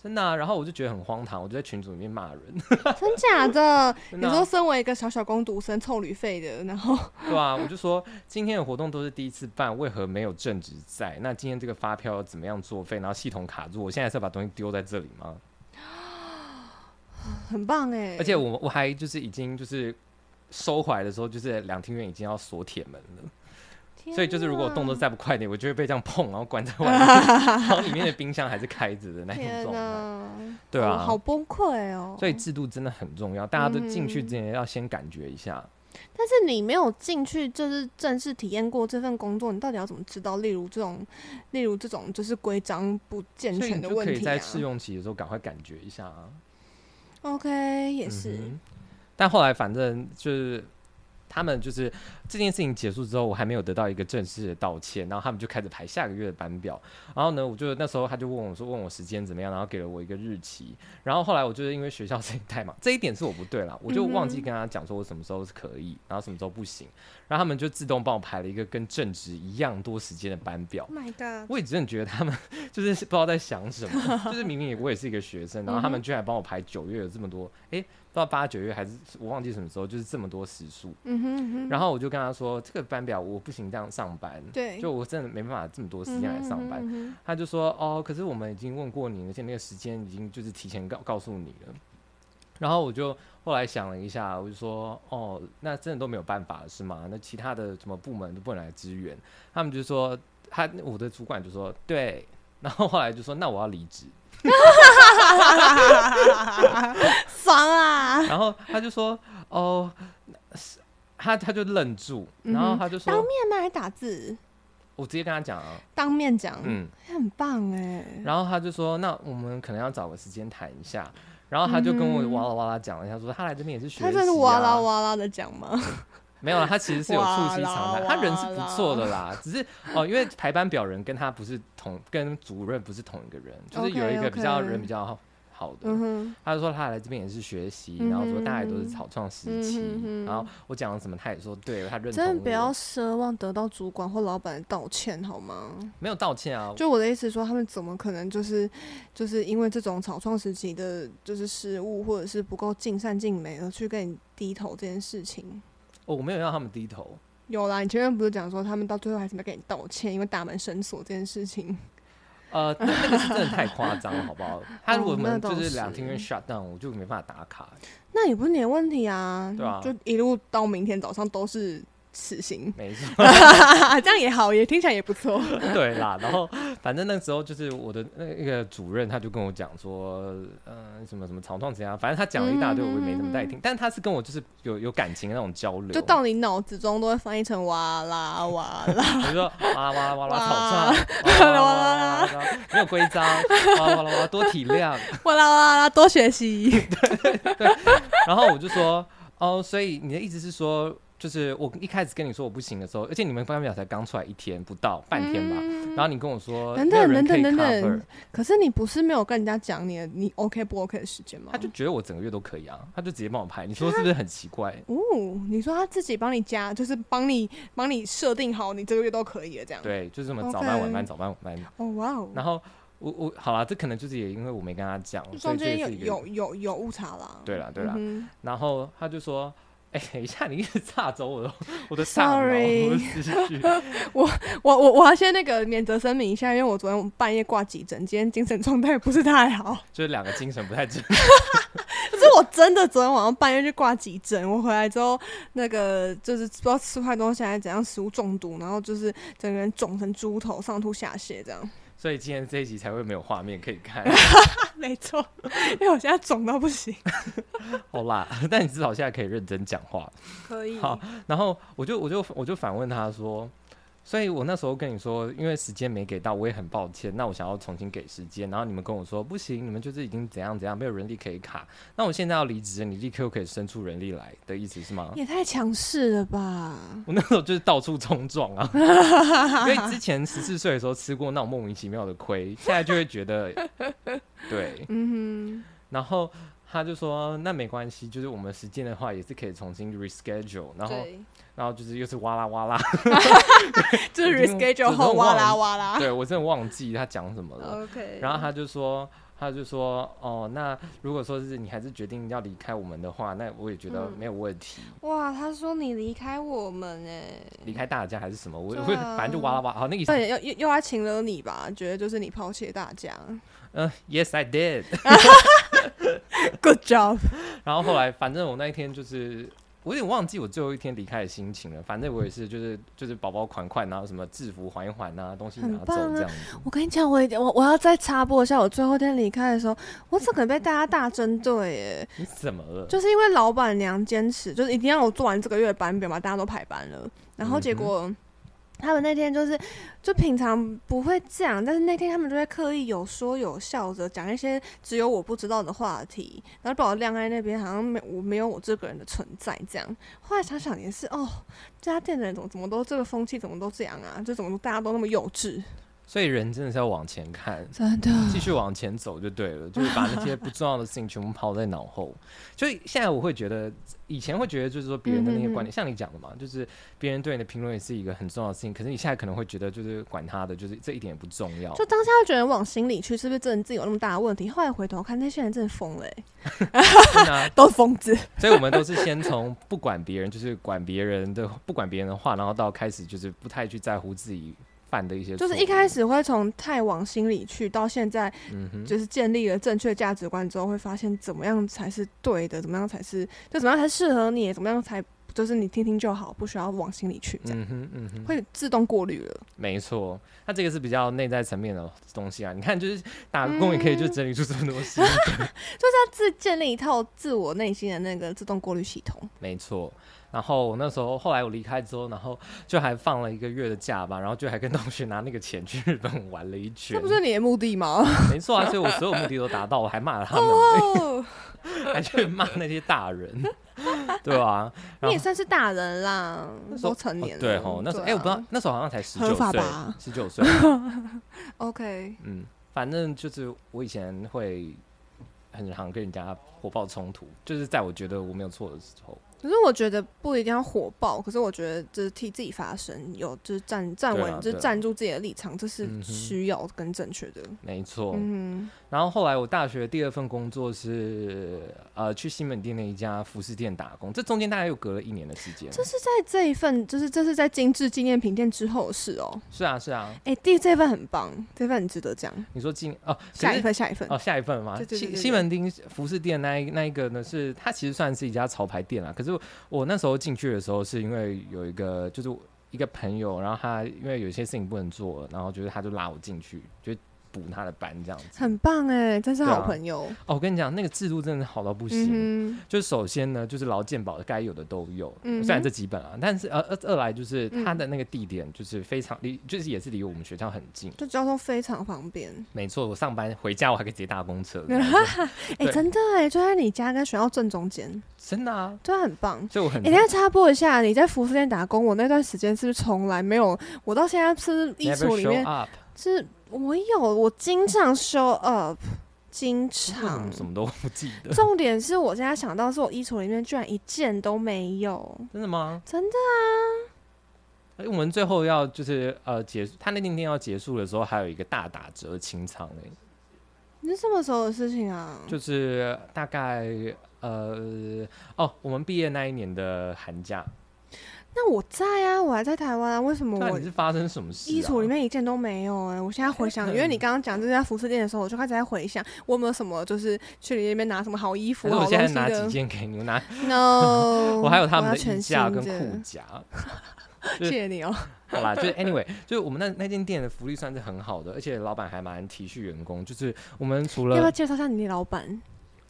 真的啊、然后我就觉得很荒唐，我就在群组里面骂人。 真假的？真你的啊说身为一个小小工读生凑旅费的，然后对啊，我就说今天的活动都是第一次办，为何没有正职在？那今天这个发票要怎么样作废？然后系统卡住，我现在是要把东西丢在这里吗？很棒哎、而且我我还就是已经就是收回来的时候，就是两厅院已经要锁铁门了，天所以就是如果我动作哪再不快点，我就会被这样碰，然后关在外 面，然后里面的冰箱还是开着的那一天种哪、啊，对我啊，好崩溃哦。所以制度真的很重要，大家都进去嗯之前要先感觉一下。但是你没有进去，就是正式体验过这份工作，你到底要怎么知道？例如这种，例如这种就是规章不健所以全你的就问可以题啊在。试用期的时候赶快感觉一下啊。 OK，也嗯是，哼但后来反正就是他们就是这件事情结束之后，我还没有得到一个正式的道歉，然后他们就开始排下个月的班表。然后呢，我就那时候他就问我说问我时间怎么样，然后给了我一个日期。然后后来我就是因为学校事情太忙，这一点是我不对啦，我就忘记嗯哼跟他讲说我什么时候是可以，然后什么时候不行。然后他们就自动帮我排了一个跟正职一样多时间的班表。 Oh my god！我也真的觉得他们 就是不知道在想什么，就是明明我也是一个学生，然后他嗯们居然帮我排九月有这么多，诶，不知道八九月还是我忘记什么时候，就是这么多时数。嗯哼嗯哼，然后我就跟他说，这个班表我不行这样上班，对，就我真的没办法这么多时间来上班。嗯哼嗯哼他就说，哦，可是我们已经问过你，而且那个时间已经就是提前告告诉你了。然后我就后来想了一下，我就说，哦，那真的都没有办法了是吗？那其他的什么部门都不能来支援，他们就说，他我的主管就说，对，然后后来就说，那我要离职，嗯哼爽啊！然后他就说，哦，是他他就愣住，然后嗯哼他就说，当面吗？还打字？我直接跟他讲啊，当面讲，嗯，很棒哎、然后他就说：“那我们可能要找个时间谈一下。”然后他就跟我嗯哇啦哇啦讲了一下，说他来这边也是学习、啊，他这是哇啦哇啦的讲吗？没有啦，他其实是有促膝长谈，哇啦他人是不错的啦，只是哦，因为排班表人跟他不是同，跟主任不是同一个人，就是有一个 OK，OK 比较人比较好的。嗯哼，他就说他来这边也是学习，嗯哼然后说大家也都是草创时期，嗯哼嗯哼然后我讲了什么，他也说对，他认同真的我，不要奢望得到主管或老板的道歉好吗？没有道歉啊，就我的意思是说，他们怎么可能就是就是因为这种草创时期的，就是失误或者是不够尽善尽美而去跟你低头这件事情？哦，我没有让他们低头，有啦，你前面不是讲说他们到最后还是没给你道歉，因为大门深锁这件事情。呃，那那个是真的太夸张了，好不 好？他如果我哦那们倒就是是两天 shut down，我就没办法打卡。那也不是你的问题啊，对啊，就一路到明天早上都是死 刑没错，这样也好，也听起来也不错。对啦。然后反正那时候就是我的那那个主任，他就跟我讲说，嗯、什么什么草创怎样，反正他讲了一大堆，我也没怎嗯么在听。但他是跟我就是有有感情的那种交流，就到你脑子中都会翻译成哇啦哇啦， 我就说哇啦哇啦哇啦哇草创，哇啦哇啦哇啦哇啦，没有规章，哇啦哇啦哇啦多体谅。哇啦哇啦，多学习。然后我就说，哦，所以你的意思是说，就是我一开始跟你说我不行的时候，而且你们班表才刚出来一天不到半天吧，然后你跟我说，嗯等没有等人可以等等 cover，等可是你不是没有跟人家讲你的你 OK 不 OK 的时间吗？他就觉得我整个月都可以啊，他就直接帮我拍，你说是不是很奇怪？哦，你说他自己帮你加，就是帮你帮你设定好，你这个月都可以了这样。，对，就这么早班 OK 晚班早班晚班，哦哇哦，然后我我好啦，这可能就是也因为我没跟他讲，所以中这也间是有一个有有有误差啦。对啦对啦嗯哼然后他就说：“哎、等一下，你一直岔走我的我的大脑，我 Sorry 的思绪。我我我要先那个免责声明一下，因为我昨天半夜挂急诊，今天精神状态不是 太好。就是两个精神不太正。可是我真的昨天晚上半夜去挂急诊，我回来之后，那个就是不知道吃坏东西还是怎样，食物中毒，然后就是整个人肿成猪头，上吐下泻这样。所以今天这一集才会没有画面可以看。 没错，因为我现在肿到不行。好啦， 但你至少现在可以认真讲话。可以好然后我就我就我就反问他说。”所以我那时候跟你说，因为时间没给到，我也很抱歉。那我想要重新给时间，然后你们跟我说不行，你们就是已经怎样怎样，没有人力可以卡。那我现在要离职了，你立刻又可以生出人力来的意思是吗？ 也太强势了吧！我那时候就是到处冲撞啊， 因为之前十四岁的时候吃过那种莫名其妙的亏，现在就会觉得对。嗯然后他就说那没关系，就是我们时间的话也是可以重新 reschedule，然哼，后对，然后就是又是哇啦哇 啦，就已是经 reschedule 主动后哇啦忘哇啦。对我真的忘记他讲什么了。 OK，然后他就说。他就说：“哦，那如果说是你还是决定要离开我们的话，那我也觉得嗯没有问题。哇，他说你离开我们 哎，离开大家还是什么，我对我啊反正就哇啦哇啦，好那个意思。对，又又又爱请了你吧？觉得就是你抛弃大家。嗯、y e s I did。 Good job，然后后来，反正我那一天就是，我有点忘记我最后一天离开的心情了。反正我也是，就是就是宝宝款款，啊然后什么制服还一还啊，东西拿很走棒啊这样子。我跟你讲，我一定我我要再插播一下，我最后一天离开的时候，我整个被大家大针对欸耶，你怎么了？就是因为老板娘坚持，就是一定要我做完这个月的班表嘛，大家都排班了，然后结果。他们那天就是，就平常不会这样，但是那天他们就会刻意有说有笑着讲一些只有我不知道的话题，然后把我晾在那边，好像没我没有我这个人的存在这样。后来想想也是，哦，这家店的人怎么怎么都这个风气怎么都这样啊？就怎么大家都那么幼稚，所以人真的是要往前看，真的。继续往前走就对了， 就是把那些不重要的事情全部抛在脑后。所以现在我会觉得，以前会觉得就是说别人的那些嗯观点，像你讲的嘛，就是别人对你的评论也是一个很重要的事情。可是你现在可能会觉得，就是管他的，就是这一点也不重要。就当下就觉得往心里去，是不是真的自己有那么大的问题？后来回头看，那些人真的疯了、欸，真的啊都是疯子。所以我们都是先从不管别人，就是管别人的不管别人的话，然后到开始就是不太去在乎自己犯的一些错就误，是一开始会从太往心里去，到现在嗯哼，就是建立了正确价值观之后，会发现怎么样才是对的，怎么样才是就怎么样才适合你，怎么样才就是你听听就好，不需要往心里去，这嗯样、哼嗯哼，会自动过滤了。没错，它这个是比较内在层面的东西啊。你看，就是打工也可以嗯就整理出这么多心得，要自建立一套自我内心的那个自动过滤系统。没错。然后我那时候后来我离开之后，然后就还放了一个月的假吧，然后就还跟同学拿那个钱去日本玩了一圈这不，是你的目的吗？没错啊，所以我所有目的都达到，我还骂了他们， 哦，还去骂那些大人，对 啊，然你后也算是大人啦，都成年哦了。对吼，那时候哎、对啊我不知道，那时候好像才十合九法岁吧，十九岁， OK，嗯，反正就是我以前会很常跟人家火爆冲突，就是在我觉得我没有错的时候，可是我觉得不一定要火爆，可是我觉得就是替自己发声，有就是站站对啊稳，就对是啊站住自己的立场，这是嗯哼需要跟正确的。没错。嗯然后后来我大学第二份工作是呃去西门町的一家服饰店打工，这中间大概又隔了一年的时间。这是在这一份，就是这是在精致纪念品店之后的事哦。是啊是啊，哎、第这份很棒，这份很值得讲。你说进哦，可下一是份，下一份。哦，下一份吗？对对对西对对西门町服饰店那一那一个呢，是它其实算是一家潮牌店啦。啊可是我我那时候进去的时候，是因为有一个就是一个朋友，然后他因为有些事情不能做，然后就是他就拉我进去，就补他的班这样子。很棒哎、真是对啊好朋友。哦，我跟你讲，那个制度真的好到不行。嗯就是首先呢，就是劳健保的该有的都有，嗯哼虽然这几本啊，但是呃二二来就是嗯它的那个地点就是非常离，就是也是离我们学校很近哼，。就交通非常方便。没错，我上班回家我还可以直接搭公车， 哎、啊对真的哎、就在你家跟学校正中间，真的啊，对啊，很棒。所以我很哎、欸，那插播一下，你在服饰店打工，我那段时间是不是从来没有？我到现在是不是衣 never 橱里 show 面 up。是我有，我经常 show up，经为什常么。什么都不记得？ 重点是我现在想到，是我衣橱里面居然一件都没有，真的吗？真的啊！呃我们最后要就是呃结束，他那间店要结束的时候，还有一个大打折清仓嘞、你是什么时候的事情啊？就是大概呃哦，我们毕业那一年的寒假，那我在啊，我还在台湾啊，为什么那我你是发生什么事、啊？衣橱里面一件都没有哎、我现在回想， 因为你刚刚讲这家服饰店的时候，我就开始在回想，我有没有什么就是去你那边拿什么好衣服、可是好我东西现在拿几的件给你，我 拿？No， 我还有他们要的全衣新架的跟裤 夹。谢谢你哦。好啦，就是 anyway，就是我们那那间店的福利算是很好的，而且老板还蛮体恤员工。就是我们除要不要了介绍一下你的老板？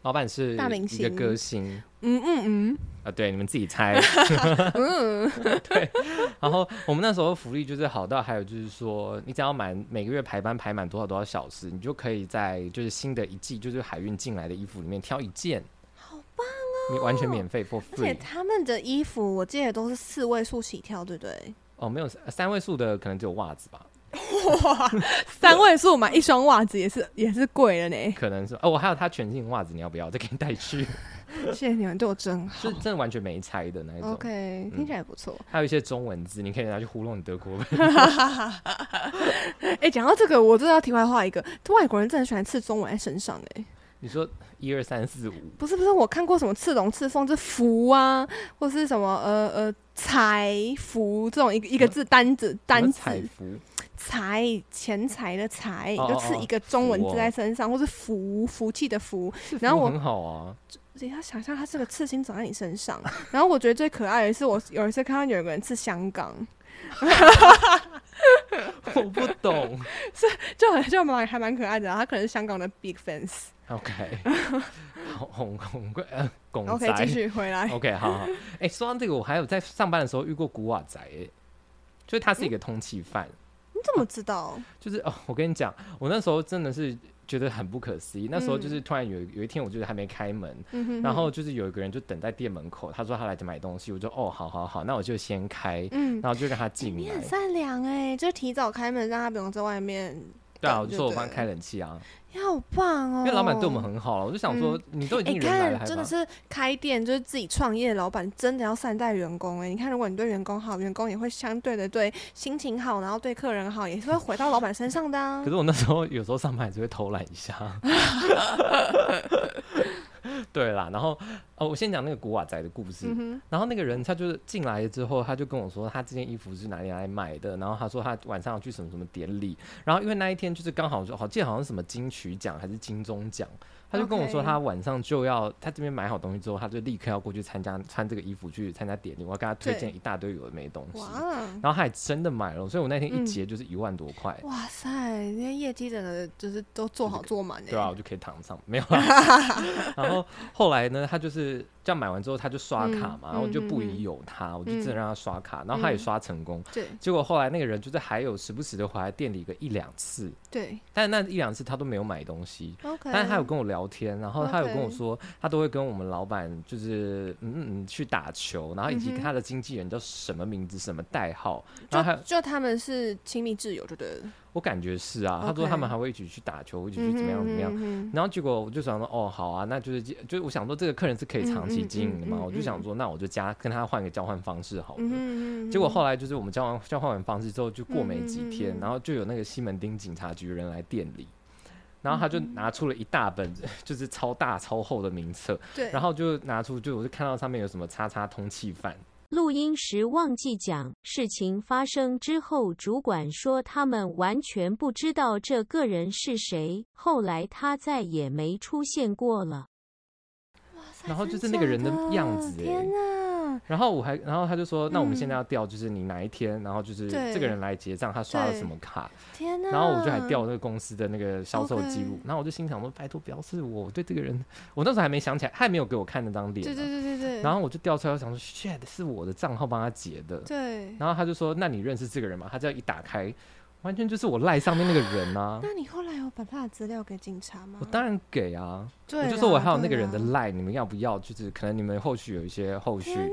老板是大明一个星歌星嗯嗯啊，对，你们自己猜。 嗯嗯，然后我们那时候福利就是好到还有就是说，你只要满每个月排班排满多少多少小时，你就可以在就是新的一季就是海运进来的衣服里面挑一件，好棒！哦你完全免费 for 而且 free 他们的衣服我记得都是四位数起跳，对不 对？哦，没有三位数的可能只有袜子吧，哇，三位数买一双袜子也是也是贵了呢。可能是哦，我还有他全新袜子，你要不要再给你带 去？谢谢你们对我真好。是真的嗯完全没拆的那一种。 OK，听起来不错。还有一些中文字，你可以拿去糊弄你德国人。 哎、讲到这个，我真的要题外话一个，外国人真的很喜欢刺中文在身上、哎，你说一二三四五，不是不是，我看过什么刺龙刺凤，这福啊，或是什么呃呃财福这种一个一个字单字单什么字彩服财钱财的财，哦就哦刺哦一个中文福字哦在身上，或是福福气 的福。然后服我很好 啊，你要想象它这个刺青长在你身上， 然后我觉得最可爱的是，我有一次看到有个人刺香港，我不懂。就很就蛮还蛮可爱的、啊，他可能是香港的 big fans。 OK，好红红贵呃，拱仔。 OK，继续回来。 OK，好好。哎、说到这个，我还有在上班的时候遇过古瓦仔、欸，就是他是一个通缉犯，你怎么知道？就是哦，我跟你讲，我那时候真的是觉得很不可思议。那时候嗯就是突然有有一天，我就是还没开门，嗯哼然后就是有一个人就等在店门口，他说他来买东西，我就哦，好好好，那我就先开，嗯，然后就让他进你来很。善良哎、就提早开门，让他不用在外面。对啊，懂我就就说我对帮了他开冷气啊，你好棒哦！因为老板对我们很好了，我就想说你都已哎、经人来了，看还真把的是开店就是自己创业，老板真的要善待员工哎、你看，如果你对员工好，员工也会相对的对心情好，然后对客人好，也是会回到老板身上的、啊可。是我那时候有时候上班还是会偷懒一下。 对啦，然后哦，我先讲那个古瓦仔的故事。嗯哼，然后那个人他就是进来之后，他就跟我说他这件衣服是哪里来买的，然后他说他晚上要去什么什么典礼，然后因为那一天就是刚好就好记得好像是什么金曲奖还是金钟奖，他就跟我说 OK 他晚上就要他这边买好东西之后，他就立刻要过去参加穿这个衣服去参加典礼，我要跟他推对荐一大堆有的没的东西。哇哦然后他还真的买了，所以我那天一嗯结就是一万多块。哇塞，那些业绩真的就是都做好做满哎、对啊，我就可以躺上，没有 啦。 然后后来呢，他就是这样买完之后，他就刷卡嘛，嗯然后我就不嗯嗯疑嗯有他，我就真的让他刷卡，然后他也刷成功。哎对结果后来那个人就是还有时不时的回来店里个一两次，对但那一两次他都没有买东西。 ，OK。但是他有跟我聊天，然后他有跟我嗯 OK 说，他都会跟我们老板就是嗯嗯嗯去打球，然后以及嗯哼他的经纪人叫什么名字、什么代号，然后还有就就他们是亲密挚友就对了，我感觉是啊，他说 OK 他们还会一起去打球，一起去怎么样怎么样嗯。哼嗯哼然后结果我就想说，哦，好啊，那就是就是我想说这个客人是可以长期经营的嘛，嗯嗯嗯嗯我就想说，那我就加跟他换个交换方式好了。嗯哼嗯结果哼后来就是我们交换交换完方式之后，就过没几天，嗯嗯嗯嗯然后就有那个西门町警察局的人来店里，然后他嗯就拿出了一大本 就是超大超厚的名册，对，然后就拿出就我就看到上面有什么叉叉通缉犯，录音时忘记讲，事情发生之后，主管说他们完全不知道这个人是谁，后来他再也没出现过了。哇塞然后真就是那个人的假的样子欸天哪！然后我还然后他就说，那我们现在嗯要调就是你哪一天，然后就是对这个人来结账，他刷了对什么卡，天呐！然后我就还调那个公司的那个销售记录嗯 OK，然后我就心想说，拜托不要是我，我对这个人，我那时候还没想起来，他还没有给我看那张脸对对啊，对对对，然后后我就调出来，我想说，shit，是我的账号帮他截的，对，然后他就说，那你认识这个人吗？他这样一打开，完全就是我赖上面那个人啊，那你后来有把他的资料给警察吗？我当然给啊，对啦，我就说我还有那个对啊人的啦赖，你们要不要？就是可能你们后续有一些后续天，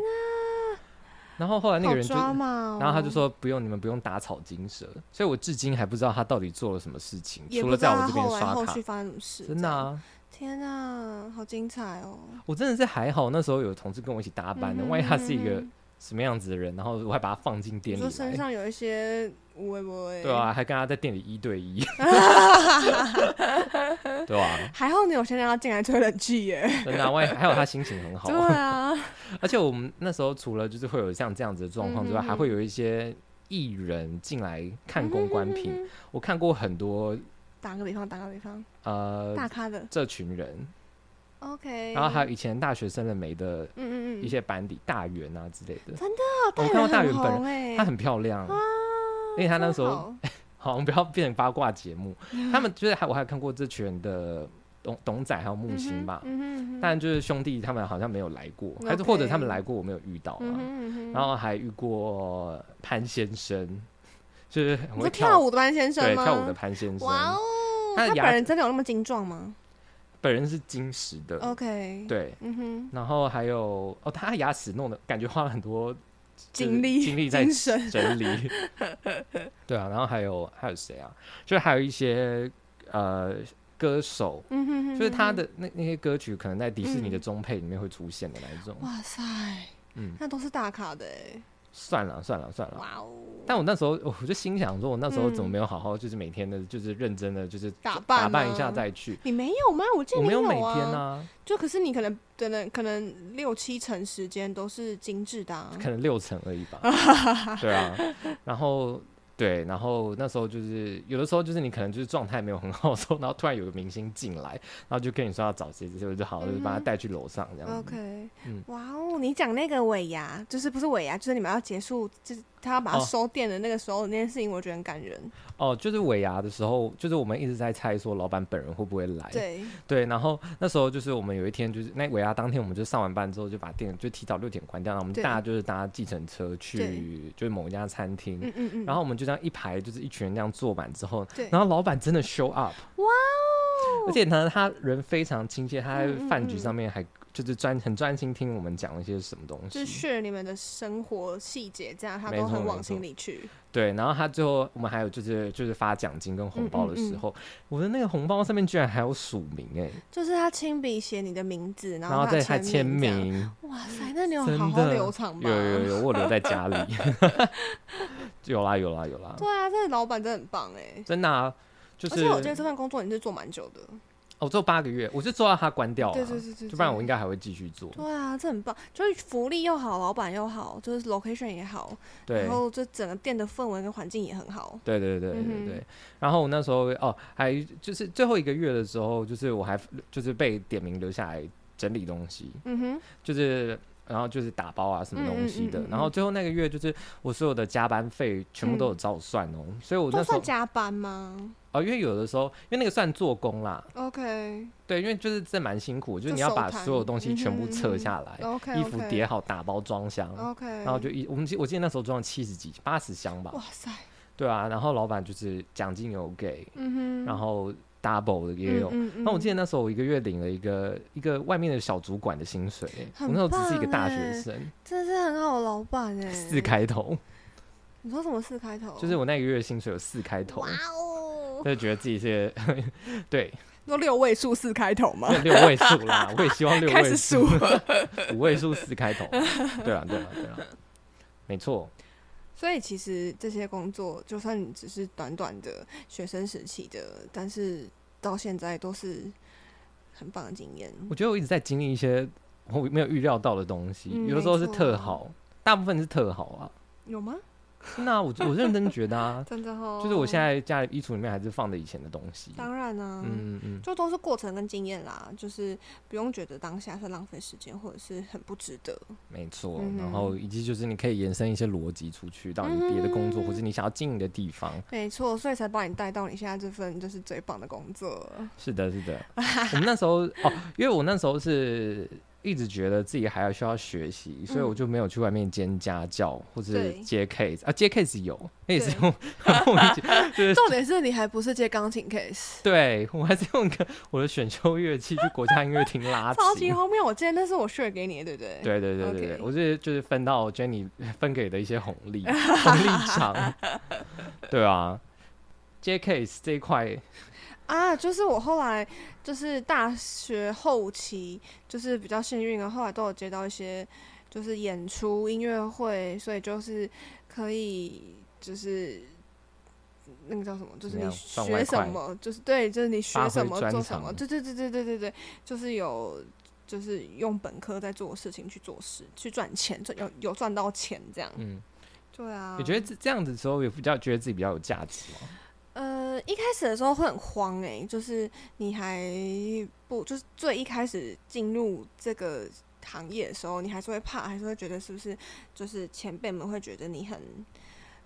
然后后来那个人就。好抓哦嘛，然后他就，说不用，你们不用打草惊蛇，所以我至今还不知道他到底做了什么事情，也除不了知在道我他这边后来刷后卡续，发生什么事，真的、这样，啊。天哪，好精彩哦！我真的是还好，那时候有同事跟我一起搭班的，嗯哼万一他是一个嗯什么样子的人，然后我还把它放进你店里说身来，上有一些微微，对啊，还跟他在店里一对 一，对啊，还好你有先让他进来吹冷气耶。真的啊、万一还有他心情很好 对，啊， 而且我们那时候除了就是会有像这样子的状况之外，嗯哼哼还会有一些艺人进来看公关品，嗯我看过很多打个比方，打个比方，呃大咖的这群人， OK。然后还有以前大学生的美的嗯嗯嗯，一些班底，大圆啊之类的，哦我看到大圆圆本人人哎她很漂亮，啊因为她那时候好像不要变成八卦节目，他们就是还我还看过这群的董董仔还有木星吧，嗯但就是兄弟他们好像没有来过，还是 OK 或者他们来过我没有遇到嗯啊，哼嗯哼然后还遇过潘先生，就是很会你说跳舞舞的班先生对吗？跳舞的潘先生，哇哦，他 他的牙本人真的有那么精壮吗本人是金石的， ？OK，，对，嗯哼，然后还有哦，他牙齿弄的感觉花了很多就是精力精力在精神整 理。对啊，然后还有还有谁啊？就还有一些呃歌手，嗯哼哼，就是他哼的那那些歌曲可能在迪士尼的嗯中配里面会出现的那一种哼。。哇塞，嗯，那都是大咖的哎，算了算了算了。哇哦，但我那时候我就心想说，我那时候怎么嗯没有好好就是每天的，就是认真的，就是打扮打扮一啊下再去。你没有吗？我记得我没你有每啊，天啊，就可是你可能可能可能六七成时间都是精致的、啊，可能六成而已 吧。对啊，然后对，然后那时候就是有的时候就是你可能就是状态没有很好的时候，然后突然有个明星进来，然后就跟你说要找谁，这些我就好，就是把他嗯哼带去楼上这样子。 OK，嗯哇哦，你讲那个尾牙，就是不是尾牙，就是你们要结束，就是他要把它哦收店的那个时候，那件事情我觉得很感人。哦，就是尾牙的时候，就是我们一直在猜说老板本人会不会来。对，对然后那时候就是我们有一天就是那尾牙当天，我们就上完班之后就把店就提早六点关掉，然后我们对大家就是搭计程车去对就是某一家餐厅。嗯嗯嗯。然后我们就这样一排，就是一群人那样坐满之后，对，然后老板真的 show up，哇哦，而且呢，他人非常亲切，他在嗯嗯饭局上面还就是专很专心听我们讲了一些什么东就西是。share 你们的生活细节，这样他没都错很没往错心里去。对，然后他最后我们还有就是就是发奖金跟红包的时嗯嗯嗯候，我的那个红包上面居然还有署名哎、就是他亲笔写你的名字，然然后他在他签名这样。名，哇塞，那你有真好好的留长吧？有有有，我留在 家里，有啦有啦有啦，对啊，这个老板真的很棒哎、真的、啊、就而是且我觉得这份工作你是做蛮久的，哦，做八个月，我就做到他关掉了，对对对对，啊就不然我应该。该还会继续做，对啊，这很棒，就是福利又好，老板又好，就是 location 也好，对然。后就整个店的氛围跟环境也很好。对对对对对嗯对哼然后我那时候哦，还就是最后一个月的时候，就是我还就是被点名留下来整理东西，嗯哼，就是然后就是打包啊什么东西的。嗯嗯嗯嗯嗯然后最后那个月就是我所有的加班费全部都有照算哦，所以我那都时候嗯算加班吗哦，因为有的时候因为那个算做工啦， ？OK 对，因为就是这蛮辛苦，就是就你要手把摊嗯所有东西全部撤下来， OK，衣服叠好，打包装箱。 OK，然后就一，我们记我记得那时候装了七十几、八十箱吧哇，塞，对啊，然后老板就是奖金有给，嗯哼，然后 double 的也有。嗯嗯嗯那我记得那时候我一个月领了一个一个外面的小主管的薪水欸，我那很时候只是一个大棒学欸生，真的是很好的老板哎，四，开头，你说什么四开头？就是我那个月的薪水有四开头哦哇，哦，就觉得自己是， 对， 都六位数四开头吗？六位数 啦，我也希 望六开位始数数， 五位数四开头，对啊，对啊，对啊，没错，所以其实这些工作，就算你只是短短的学生时期的，但是到现在都是很棒的经验。我觉得我一直在经历一些我没有预料到的东西，嗯有的时候没是错特好，大部分是特好啊，有吗？真的啊，我我认真觉得 ，啊真的哦，就是我现在家里衣橱里面还是放着以前的东西，当然啊，嗯嗯。就都是过程跟经验啦，就是不用觉得当下是浪费时间或者是很不值得。没错，嗯哼然后以及就是你可以延伸一些逻辑出去到你别的工作，嗯或者你想要经营的地方。没错，所以才把你带到你现在这份就是最棒的工作。是的，是 的。我们那时候哦，因为我那时候是一直觉得自己还要需要学习，所以我就没有去外面兼家教或者嗯对接 case 啊，接 case 有，那也是对用 很莫名其妙，就是重点是你还不是接钢琴 case，对我还是用个我的选修乐器去国家音乐厅拉超级琴。荒谬！我记得那是我 share 给你的，对不对？对对对对对 OK 我是就是分到 Jenny 分给的一些红 利红利场，对啊。接 case 这一块啊，就是我后来就是大学后期，就是比较幸运啊，后来都有接到一些。就是演出音乐会，所以就是可以就是那个叫什么，就是怎么你样赚学外什快么，就是对，就是你学发什挥么专做什么，长对对对对对对对，就是有就是用本科在做的事情去做事，去赚钱，赚有有赚到钱这样，嗯，对啊，你觉得这这样子之后也比较觉得自己比较有价值吗？呃，一开始的时候会很慌哎、就是你还不就是最一开始进入这个行业的时候，你还是会怕，还是会觉得是不是就是前辈们会觉得你很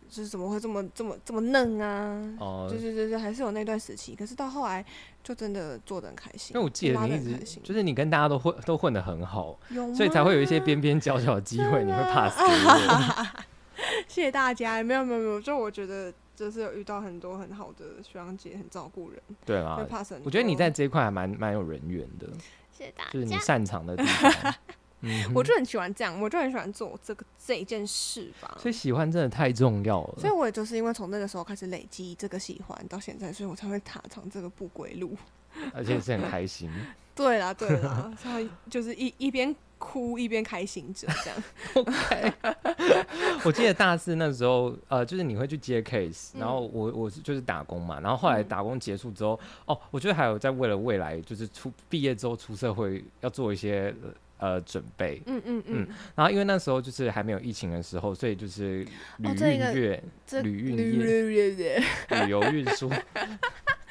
就是怎么会这么这么这么嫩啊？哦、对对对对，还是有那段时期，可是到后来就真的做的很开心，因为我记得拉你得一很开直心就是你跟大家都混都混得很好，有所以才会有一些吗边边角角的机会，你会 pass 给我。啊 谢谢大家，没有没有没有，就我觉得就是有遇到很多很好的学长姐，很照顾人， 对会吗？ pass 很啊我觉得你多在这一块还蛮蛮有人缘的，谢谢大就是你擅长的地 方。嗯哼，我就很喜欢这样，我就很喜欢做这个这一件事吧。所以喜欢真的太重要了。所以我也就是因为从那个时候开始累积这个喜欢到现在，所以我才会踏上这个不归路。而且是很开心。对啦，对 啦，所以就是一一边哭一边开心着这样。 OK，我 记得大四那时候，呃，就是你会去接 case，然后我我是就是打工嘛，然后后来嗯打工结束之后，哦，我觉得还有在为了未来就是出毕业之后出社会要做一些呃准备，嗯嗯嗯，然后因为那时候就是还没有疫情的时候，所以就是旅哦运这个业、这嗯旅运绿业绿绿旅游运 输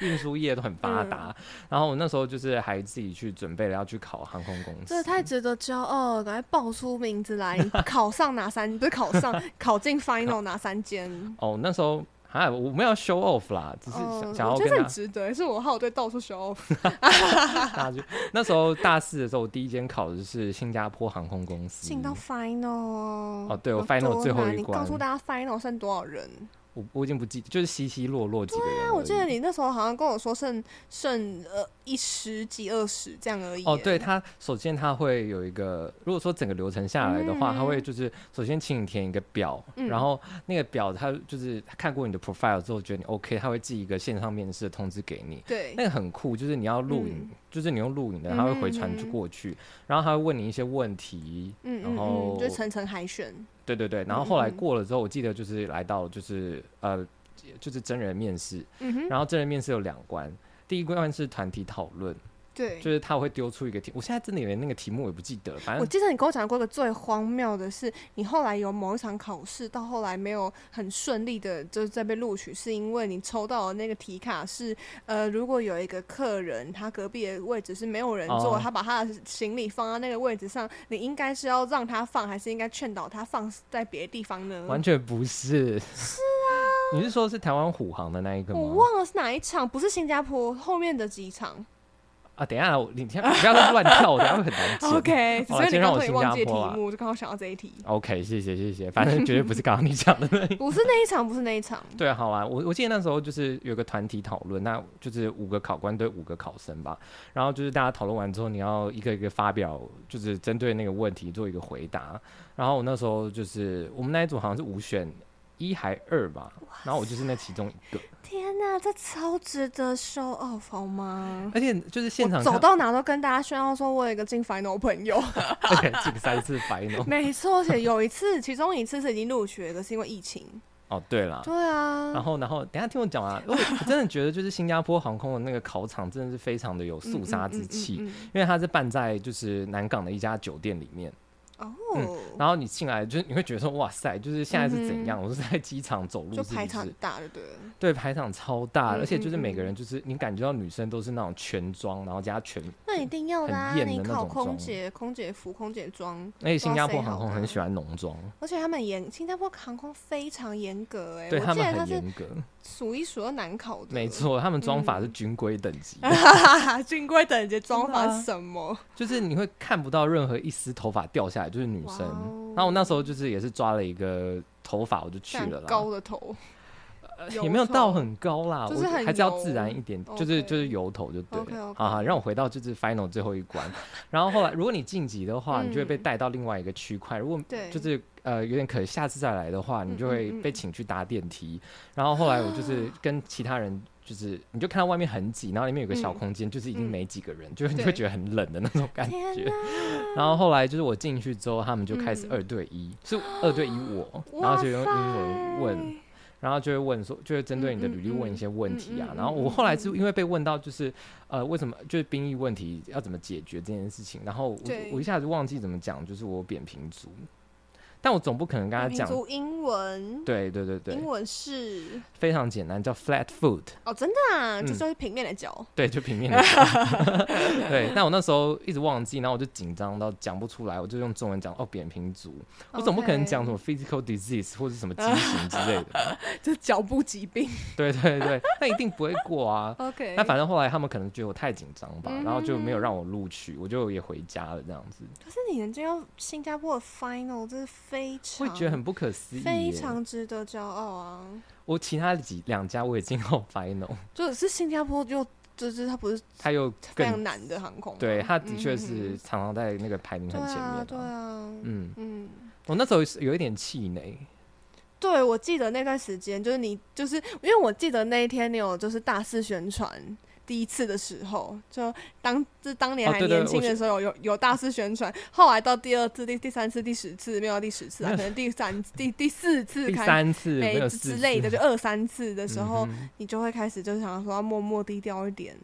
运输业都很发达。嗯然后我那时候就是还自己去准备了要去考航空公司这，太值得骄傲了，赶快报出名字 来！你考上哪三？不是考上，考进 final 哪三间？哦，那时候。啊，我没有 show off 啦， 只是哦想想要我跟觉得大家很值得，是我好对到处 show off。 大就那时候大四的时候，我第一间考的是新加坡航空公司。进到 final 哦嗯对我有 final 多最后难一你告关诉大家 final 剩多少人？我我已经不记，就是稀稀落落几个人而已。啊但我记得你那时候好像跟我说剩剩呃一十几二十这样而已耶。哦，对，他首先他会有一个，如果说整个流程下来的话，他会就是首先请你填一个表，嗯然后那个表他就是他看过你的 profile 之后觉得你 OK，他会寄一个线上面试的通知给你。对那个很酷，就是你要录影，嗯就是你用录影的，他会回传嗯嗯嗯过去，然后他会问你一些问题，嗯然嗯嗯，后就是层层海选。对对对，然后后来嗯嗯嗯过了之后，我记得就是来到就是呃就是真人面试，嗯哼，然后真人面试有两关，第一关是团体讨论，对。就是他会丢出一个题，我现在真的连那个题目也不记得，反我正记得你跟我讲过一个最荒谬的是，你后来有某一场考试，到后来没有很顺利的，就是在被录取，是因为你抽到的那个题卡是，呃，如果有一个客人他隔壁的位置是没有人坐，哦他把他的行李放在那个位置上，你应该是要让他放，还是应该劝导他放在别的地方呢？完全不是。是啊， 你是说是台湾虎航的那一个吗？我忘了是哪一场，不是新加坡后面的 几场。啊，等一下我你先不要再乱跳，我等一下会很难记。 OK，好所以先你让刚我才也新忘加记的坡啊题目，就刚好想到这一题。 OK，谢谢谢谢，反正绝对不是刚刚你讲的那一不是那一场，不是那一场。对，好啊，我我记得那时候就是有个团体讨论，那就是五个考官对五个考生吧，然后就是大家讨论完之后，你要一个一个发表，就是针对那个问题做一个回答。然后我那时候就是我们那一组好像是五选一还二吧，然后我就是那其中一个，天哪，这超值得 show off 好吗？而且就是现我场走看到哪都跟大家炫耀说，我有一个进 final 朋友。 而且进 三次 final。没错，而且有一次，其中一次是已经入学了，是因为疫情。哦，对了。对啊，然后，然后，等一下听我讲啊！我我真的觉得，就是新加坡航空的那个考场真的是非常的有嗯肃杀之气，。嗯嗯嗯因为它是办在就是南港的一家酒店里面。嗯哦，然后你进来，就是你会觉得说，哇塞，就是现在是怎样？我是在机场走路，嗯就是不排场很是？大，对不对了？对，排场超大，嗯而且就是每个嗯嗯人就是你感觉到女生都是那种全装，然后加全。那一定要的啊！很艳的你那考种空妆姐、空姐服、空姐装，而且新加坡哇塞航空好很大喜欢浓妆，而且他们严，新加坡航空非常严格哎、对我他记们得它很是严格，数一数二难考的。没，错，他们妆法是嗯军规等 级的，军规等级装真的法啊什么？就是你会看不到任何一丝头发掉下来，就是女哇生哦。然后我那时候就是也是抓了一个头发，我就去这样了啦。呃高的头，油也没有到头很高啦，就我是觉得很还是要油自然一点，就是就是 OK 由头就对了。 OK，OK 好好，让我回到就是 final 最后一关，然后后来如果你晋级的话，你就会被嗯带到另外一个区块。如果对就是呃有点可惜，下次再来的话，你嗯就嗯会嗯啊被嗯请去搭电梯。然后后来我就是跟其他人。就是，你就看到外面很挤，然后里面有个小嗯空间，就是已经嗯没几个人，就是你对会觉得很冷的那种感天觉。哪！然后后来就是我进去之后，他们就开始嗯二对一，是二对一我，然哇后就用英文塞问，然后就会问说，就会针对你的嗯嗯履历问一嗯些问题啊。嗯嗯然后我嗯后来嗯是因为被问到就是呃为什么就是兵役问题要怎么解决这件事情，然后我就对我一下子忘记怎么讲，就是我扁平足，但我总不可能跟他扁平讲。足英文，对对对对英，文是非常简单，叫 flat foot，哦，真的啊，这嗯就是平面的 脚。对，就平面的。对，但我那时候一直忘记，然后我就紧张到讲不出来，我就用中文讲哦扁平足，我总不可能讲什么 physical disease 或者什么畸形之类的。这脚部疾病。对对对，那一定不会过啊。 OK，那反正后来他们可能觉得我太紧张吧，然后就没有嗯让我录取，我就也回家了这样子，可是你能进到新加坡的 final，这是非常会觉得很不可思议耶。非常值得骄傲啊！我其他几两家我也进过 final，就是新加坡又就是它不是他又非常更难的航空吗，对他的确嗯是常常在那个排名对很前面、啊，对啊，嗯，嗯。我那时候是有一点气馁，对，我记得那段时间，就是你，就是因为我记得那一天你有就是大肆宣传第一次的时候，就当就当年哦还对对年轻我的是时候有有有大肆宣传，后来到第二次、第第三次、第十次没有到第十次啊，可能第三第第四次第开三次没没有之四之类的，次就二三次的时候，嗯哼你就会开始就是想说要默默低调一点。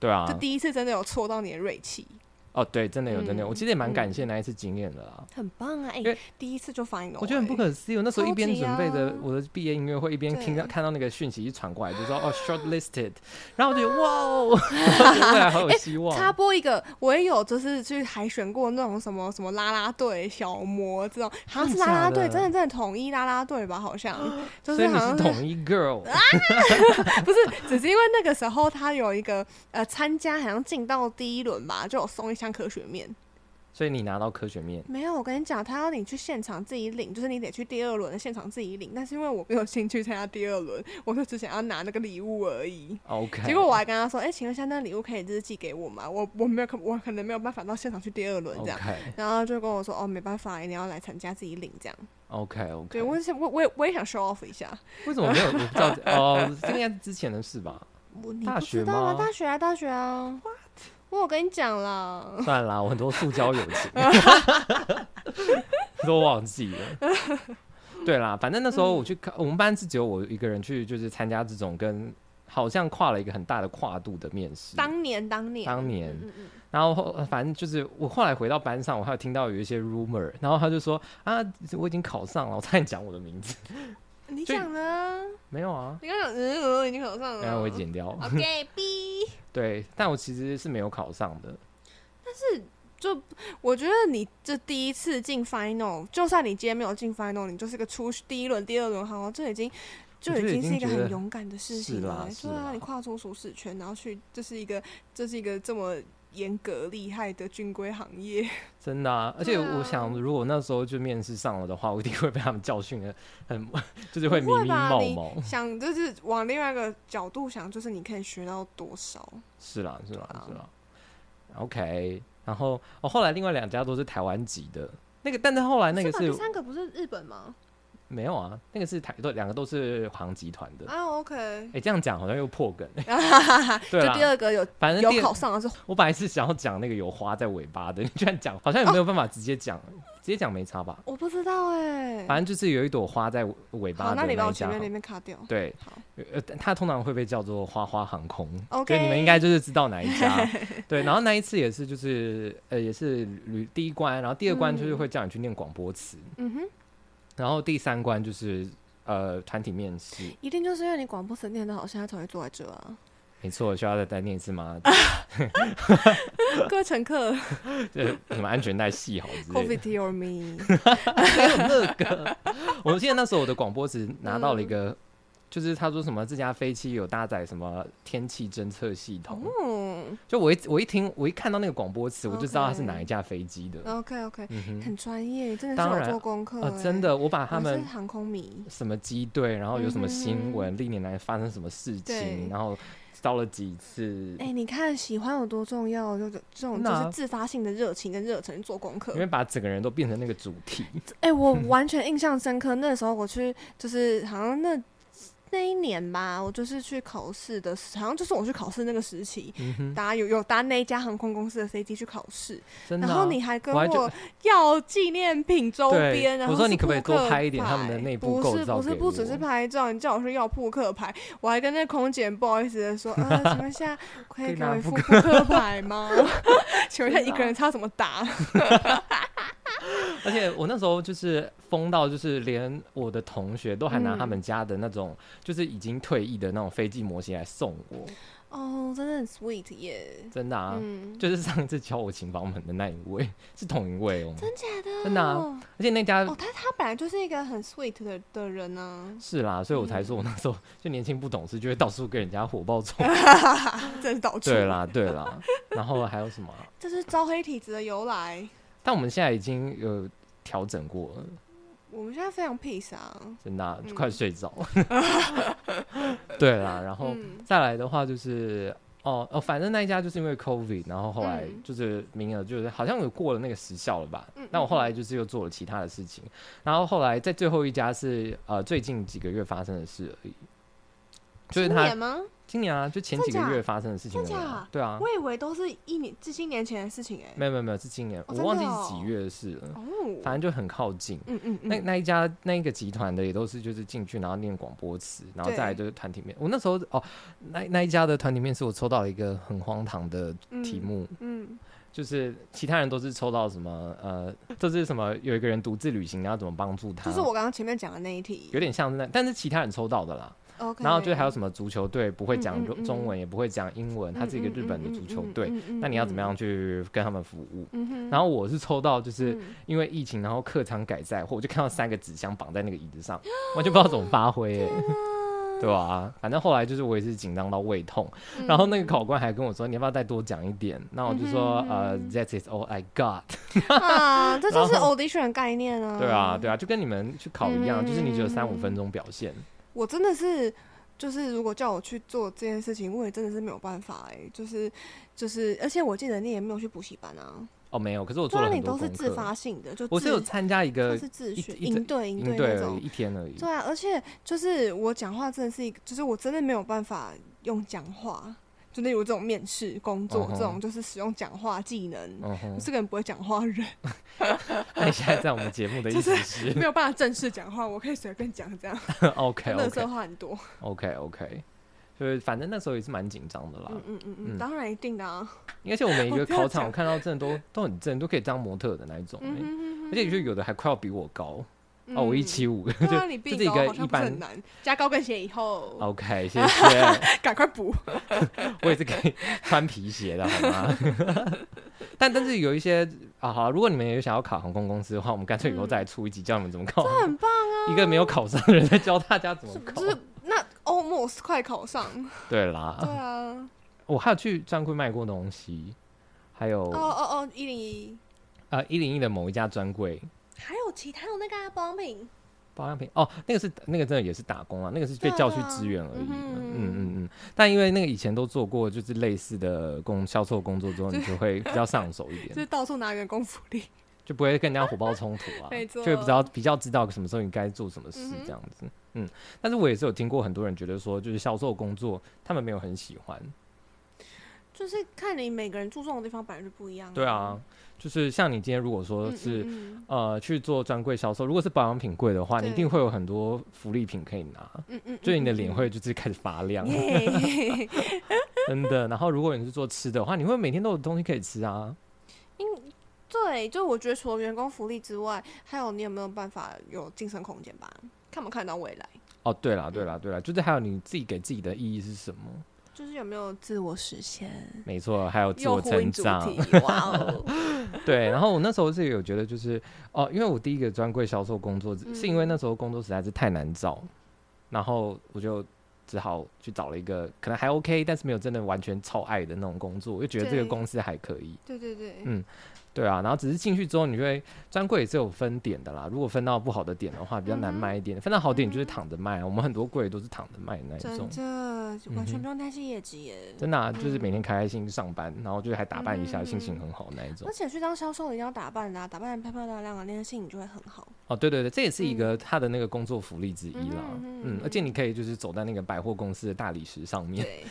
对啊就，第一次真的有戳到你的锐气，哦对，真的有真的有，嗯我其实也蛮感谢嗯那一次经验的啦。很棒啊！哎、因为第一次就 final，我觉得很不欸可思议，我那时候一超边级准备着啊我的毕业音乐会，一边听到对看到那个讯息一传过来，就说 哦 shortlisted，然后我就觉得哇哦， 未来好有希 望。插播一个，我也有就是去海选过那种什么什么啦啦队、小魔这种，好像是真的啦假啦队，的真的啊真的统一啦啦队吧，好像就所以你是好像啊是是统一 girl，不是，只是因为那个时候他有一个呃参加，好像进到第一轮吧，就有送一箱科学面。所以你拿到科学面，没有，我跟你讲，他要你去现场自己领，就是你得去第二轮的现场自己领。但是因为我没有兴趣参加第二轮，我就只想要拿那个礼物而 已。 OK。结果我还跟他说：“哎、请问一下，那礼物可以就是寄给我吗？我我没有可，我可能没有办法到现场去第二轮这样。 OK 然后就跟我说哦，没办法，你要来参加自己领这样。 OK OK，对我想我我也我也想 show off 一下，为什么没有？我不知 道哦，这应该是之前的事吧？我你大不学知道啊，吗大学啊大学啊我有跟你讲啦， 算啦，我很多塑胶友情 都忘记了。对啦，反正那时嗯候我去看，我们班是只有我一个人去，就是参加这种跟好像跨了一个很大的跨度的面试。当年当年当年嗯嗯然后后反正就是我后来回到班上，我还有听到有一些 rumor，然后他就说啊，我已经考上了，我差点讲我的名字，嗯，你所以讲呢？没有啊，你刚讲嗯嗯，已经考上了，然后我也剪掉。 OK B，对，但我其实是没有考上的。就我觉得你这第一次进 final，就算你今天没有进 final，你就是个初第一轮、第二轮，好像这已经。就我觉得已已经是一个经觉得很勇敢的事是情了啦欸，是对啊，啦你跨出舒适圈，然后去，这是一个，这是一个这么严格厉害的军规行 业，真的啊，而且对啊我想，如果那时候就面试上了的话，我一定会被他们教训的，很 就是会迷不会迷吧冒你冒。想就是往另外一个角度想，就是你可以学到多少？是啦，是啦啊，是啦。OK，然后哦，后来另外两家都是台湾籍的，那个，但是后来那个吧是第三个不是日本吗？没有啊，那个是台都两个都是航集团的。啊，OK， 哎，这样讲好像又破梗。 对就啦第，二个有反正有第考二，上的是我本来是想要讲那个有花在尾巴的，你 居然讲，好像也没有办法直接讲，直接讲没差吧？我不知道哎、反正就是有一朵花在尾巴好，的那你把一我家前面航那边卡掉。对好，呃，它通常会被叫做花花航空 OK 对，你们应该就是知道哪一 家。对，然后那一次也是，就是呃，也是旅第一关，然后第二关就是会叫你去念广播词，嗯哼，然后第三关就是呃团体面试。一定就是因为你广播神念的好，现在才会坐在这 啊。没错，需要再再念一次吗？ 各位乘客就是什么安全带系好之类的，COVID。or me，还有那个， 我记得那时候我的广播词拿到嗯了一个，就是他说什么这架飞机有搭载什么天气侦测系统。嗯，嗯就我一我一听我一看到那个广播词，我就知道它是哪一架飞机的。 ，OK OK，嗯哼，很专业，真的当是有然做功课、哦，欸真，的，我把他我是们航空迷，什么机队，然后有什么新闻，历年来发生什么事情，对然后遭了几次哎、，你看喜欢有多重要，就是这种就那啊是自发性的热情跟热忱去做功课因。为把整个人都变成那个主 题。哎、我完全印象深刻， 那时候我去就是好像那那一年吧，我就是去考试的时，好像就是我去考试那个时期。嗯哼，搭有有搭那一家航空公司的飞机去考试，真的啊。然后你还跟我还觉我要纪念品周对边，然后我说是你可不可以扑克多拍一点他们的牌内部构造不是给不是，不只是我拍照，你叫我说要扑克牌，我还跟那空姐不好意思的说， 呃，请问一下可可以以给拿我一扑副扑克牌吗？ 请问一下真的一啊个人他怎么 打？而且我那时候就是疯到，就是连我的同学都还拿他们嗯家的那种，就是已经退役的那种飞机模型来送我，哦，真的很 sweet 耶，真的啊。嗯，就是上次敲我琴房门的那一位是同一位哦，真假的？真的啊而且那家哦，他他本来就是一个很 sweet 的的人啊呢、是啦，所以我嗯才说我那时候就年轻不懂事，就会到处跟人家火爆冲突。啊，真是到处对，啦，对啦。然后还有什 么啊、这是招黑体质的由来。但我们现在已经有调整过了，我们现在非常 peace 啊，真的啊、嗯就快睡 着。对啦，然后嗯再来的话就是。哦哦，反正那一家就是因为 COVID，然后后来嗯就是名额就是好像有过了那个时效了吧？嗯那我后来嗯就是又做了其他的事情，然后后来在最后一家是呃最近几个月发生的事而已，就是今他年吗？今年啊，就前几个真假月发生的事情而已真假啊，对啊，我以为都是一年，至今年前的事情哎、没有没有没有是今年，哦我忘记真的是哦几月的事了，哦，反正就很靠近。嗯嗯嗯，那那一家那一个集团的也都是就是进去然后念广播词，然后再来对就是团体面。我那时候哦，那那一家的团体面试我抽到了一个很荒唐的那题，目，嗯，就是其他人都是抽到什么呃，这是什么有一个人独自旅行，然后怎么帮助他，就是我刚刚前面讲的那一题有点像是那，但是其他人抽到的啦。 ，OK，然后就还有什么足球队不会讲嗯嗯嗯中文，也不会讲英文，他是一个日本的足球队，嗯那你要怎么样？去跟他们服务？嗯嗯嗯嗯哼然后我是抽到，就是嗯因为疫情，然后客场改载货，我就看到三个纸箱绑在那个椅子上， 完全不知道怎么发挥、欸，嗯 对吧、反正后来就是我也是紧张到胃痛，嗯然后那个考官还跟我说，你要不要再多讲一点？那我就说，嗯哼呃嗯，That is all I got。 啊，这就是然 audition 的概念啊，对啊，对啊，就跟你们去考一样，嗯就是你只有嗯三五嗯分钟表现，我真的是，就是如果叫我去做这件事情，我也真的是没有办法哎、就是就是，而且我记得你也没有去补习班啊，哦，没有，可是我对做啊，了你很多都是功自课，发性的，就我是有自参加一它个是自一学一整应对应应对对那而已，种，一天而已，对啊，而且就是我讲话真的是一个，就是我真的没有办法用讲话，就例如这种面试工作、嗯哼这种，就是使用讲话技能。嗯哼 我，这个人不会讲话的 人，那你现在在我们节目的意思是 没有办法正式讲话，我可以随便讲这样， OK 乐 OK 色话很多。 OK OK，就是反正那时候也是蛮紧张的啦。嗯嗯嗯嗯嗯，当然一定的啊。而且我每一个我不要考场讲我看到真的都都很正，都可以当模特的那一种、嗯欸哼哼哼而且就有的还快要比我高、嗯哦，我一七 五，对 就啊，你就比是一高个好像一不是般很。难，加高跟鞋以后，哦 OK，谢谢， 赶快补。哦我也是可以穿皮鞋的好吗？ 但但是有一些啊，好，如果你们也想要考航空公司的话，我们干脆以后嗯再来出一集教你们怎么考，很棒 啊，一个没有考上的人在教大家怎么是考。就是那 almost 快考上。对对啦， 啊，我还有去专柜卖过东西，还有哦哦哦，一零一，啊一零一的某一家专柜还有其他的那个啊保养品。保养品哦，那个是那个真的也是打工啊，那个是被对啊叫去对啊支援而已。嗯哼嗯嗯嗯。但因为那个以前都做过，就是类似的工销售工作之后，你就会比较上手一 就是点，到处拿员工福利。，就不会跟人家火爆冲突啊 没就错会比较比较知道什么时候你该做什么事嗯哼这样子。嗯，但是我也是有听过很多人觉得说，就是销售工作他们没有很喜欢。 嗯就是看你每个人注重的地方本来就不一样、对啊，，就是像你今天如果嗯说嗯是。嗯呃，去做专柜销售，如果是保养品柜的话，你一对定会有很多福利品可以拿，嗯嗯，就嗯你的脸。啊会就是开始发亮。 嗯耶， 真的。然后如果你是做吃的话，你会每天都有东西可以吃啊。对，就我觉得除了员工福利之外，还有你有没有办法有晋升空间吧？看不看到未来，哦，对嗯啦，对啦，对啦，就是还有你自己给自己的意义是什么？就是有没有自我实现，没错，还有自嗯又我呼成应主长题。， 哇哦，对，然后我那时候是有觉得就是哦，因为我第一个嗯专柜销售工作、是因为那时候工作实在是太难找，然后我就只好去找了一个可能还 OK，但是没有真的完全超爱的那种工作，我就觉得这个对公司还可以。对对对，嗯对啊，然后只是进去之后，你就会专柜也是有分点的啦。如果分到不好的点的话，比较难嗯哼卖一点；分到好点，你就是嗯哼躺着卖啊。我们很多柜都是躺着卖的那一真种，的完完全全不不用担心业绩耶。嗯真的、啊、就是嗯每天开开心心上班，然后就是还打扮一下，嗯心情很好那一种而。且去当销售一定要打扮的、啊，打扮得漂漂亮亮的，那些性你就会很好。哦，对对对，这也是一个他的那个工作福利之一啦。嗯哼嗯哼嗯嗯，哼而且你可以就是走在那个百货公司的大理石上面，对，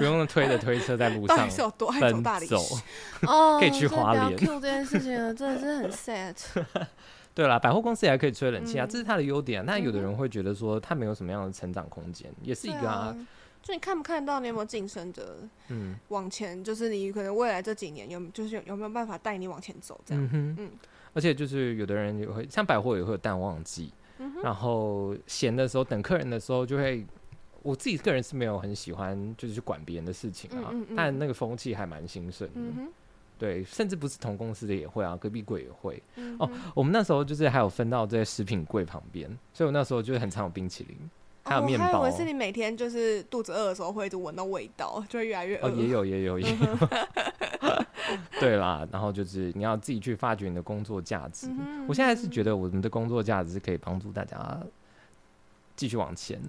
不用推着推车在路到 上底是有多爱走奔大理石走？。 哦，可以去真花的不要莲 Q 这件事情了，真的是很 sad。对啦，百货公司也还可以吹冷气啊，嗯这是它的优点啊。那有的嗯哼人会觉得说它没有什么样的成长空间，也是一对个啊啊，就你看不看得到你有没有晋升的嗯往前，就是你可能未来这几年有就是有有没有办法带你往前走这样。嗯哼嗯而且就是有的人也会像百货也会有淡旺季，嗯哼然后闲的时候等客人的时候就会。我自己个人是没有很喜欢，就是去管别人的事情啊，嗯嗯嗯但那个风气还蛮兴盛的。嗯哼对，甚至不是同公司的也会啊，隔壁柜也会。嗯哦哼，我们那时候就是还有分到在食品柜旁边，所以我那时候就是很常有冰淇淋，还有哦面我包。还以为是你每天就是肚子饿的时候会一直闻到味道，就会越来越饿。哦，也有也有也嗯有，对啦， 然后就是你要自己去发掘你的工作价值。嗯哼我现在是觉得我们的工作价值是可以帮助大家继续往前。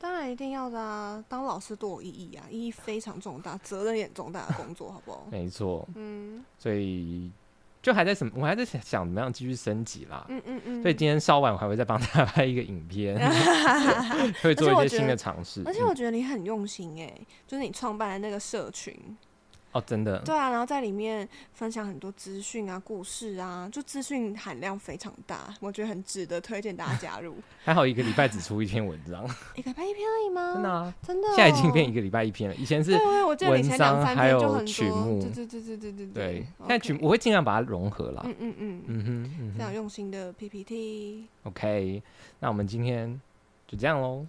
当然一定要的啊！当老师多有意义啊，意义非常重大，责任也很重大的工作，好不好？没错，嗯所以就还在什么，我还在想想怎么样继续升级啦。嗯嗯嗯。所以今天稍晚我还会再帮大家 拍一个影片， 会做我一觉些新得的尝试。而且嗯我觉得你很用心哎、就是你创办的那个社群，哦，真的，对啊，然后在里面分享很多资讯啊、故事啊，就资讯含量非常大，我觉得很值得推荐大家 加入。还好一个礼拜只出一篇文章，一个礼拜一篇而已吗？真的、啊，真的、现在已经变一个。个礼拜一篇了。以前是对，对我记得你前两三篇就很文章还有曲目多，对对对对对对对，现在那曲我会尽量把它融合啦。嗯嗯嗯，嗯哼，嗯非常哼用心的 PPT， ，OK，那我们今天就这样喽。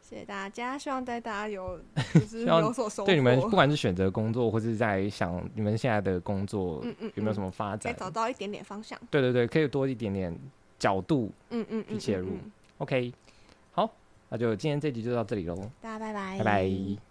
谢谢大家，希望带大家 有就希是望有所收获。对你们不管是选择工作，或是在想你们现在的工作嗯嗯有没有什么么发可以展，找到一点点方向？对对对，可以多一点点角度。嗯嗯去嗯，切嗯入嗯，OK，好，那就今天这集就到这里喽，大家拜拜，拜拜。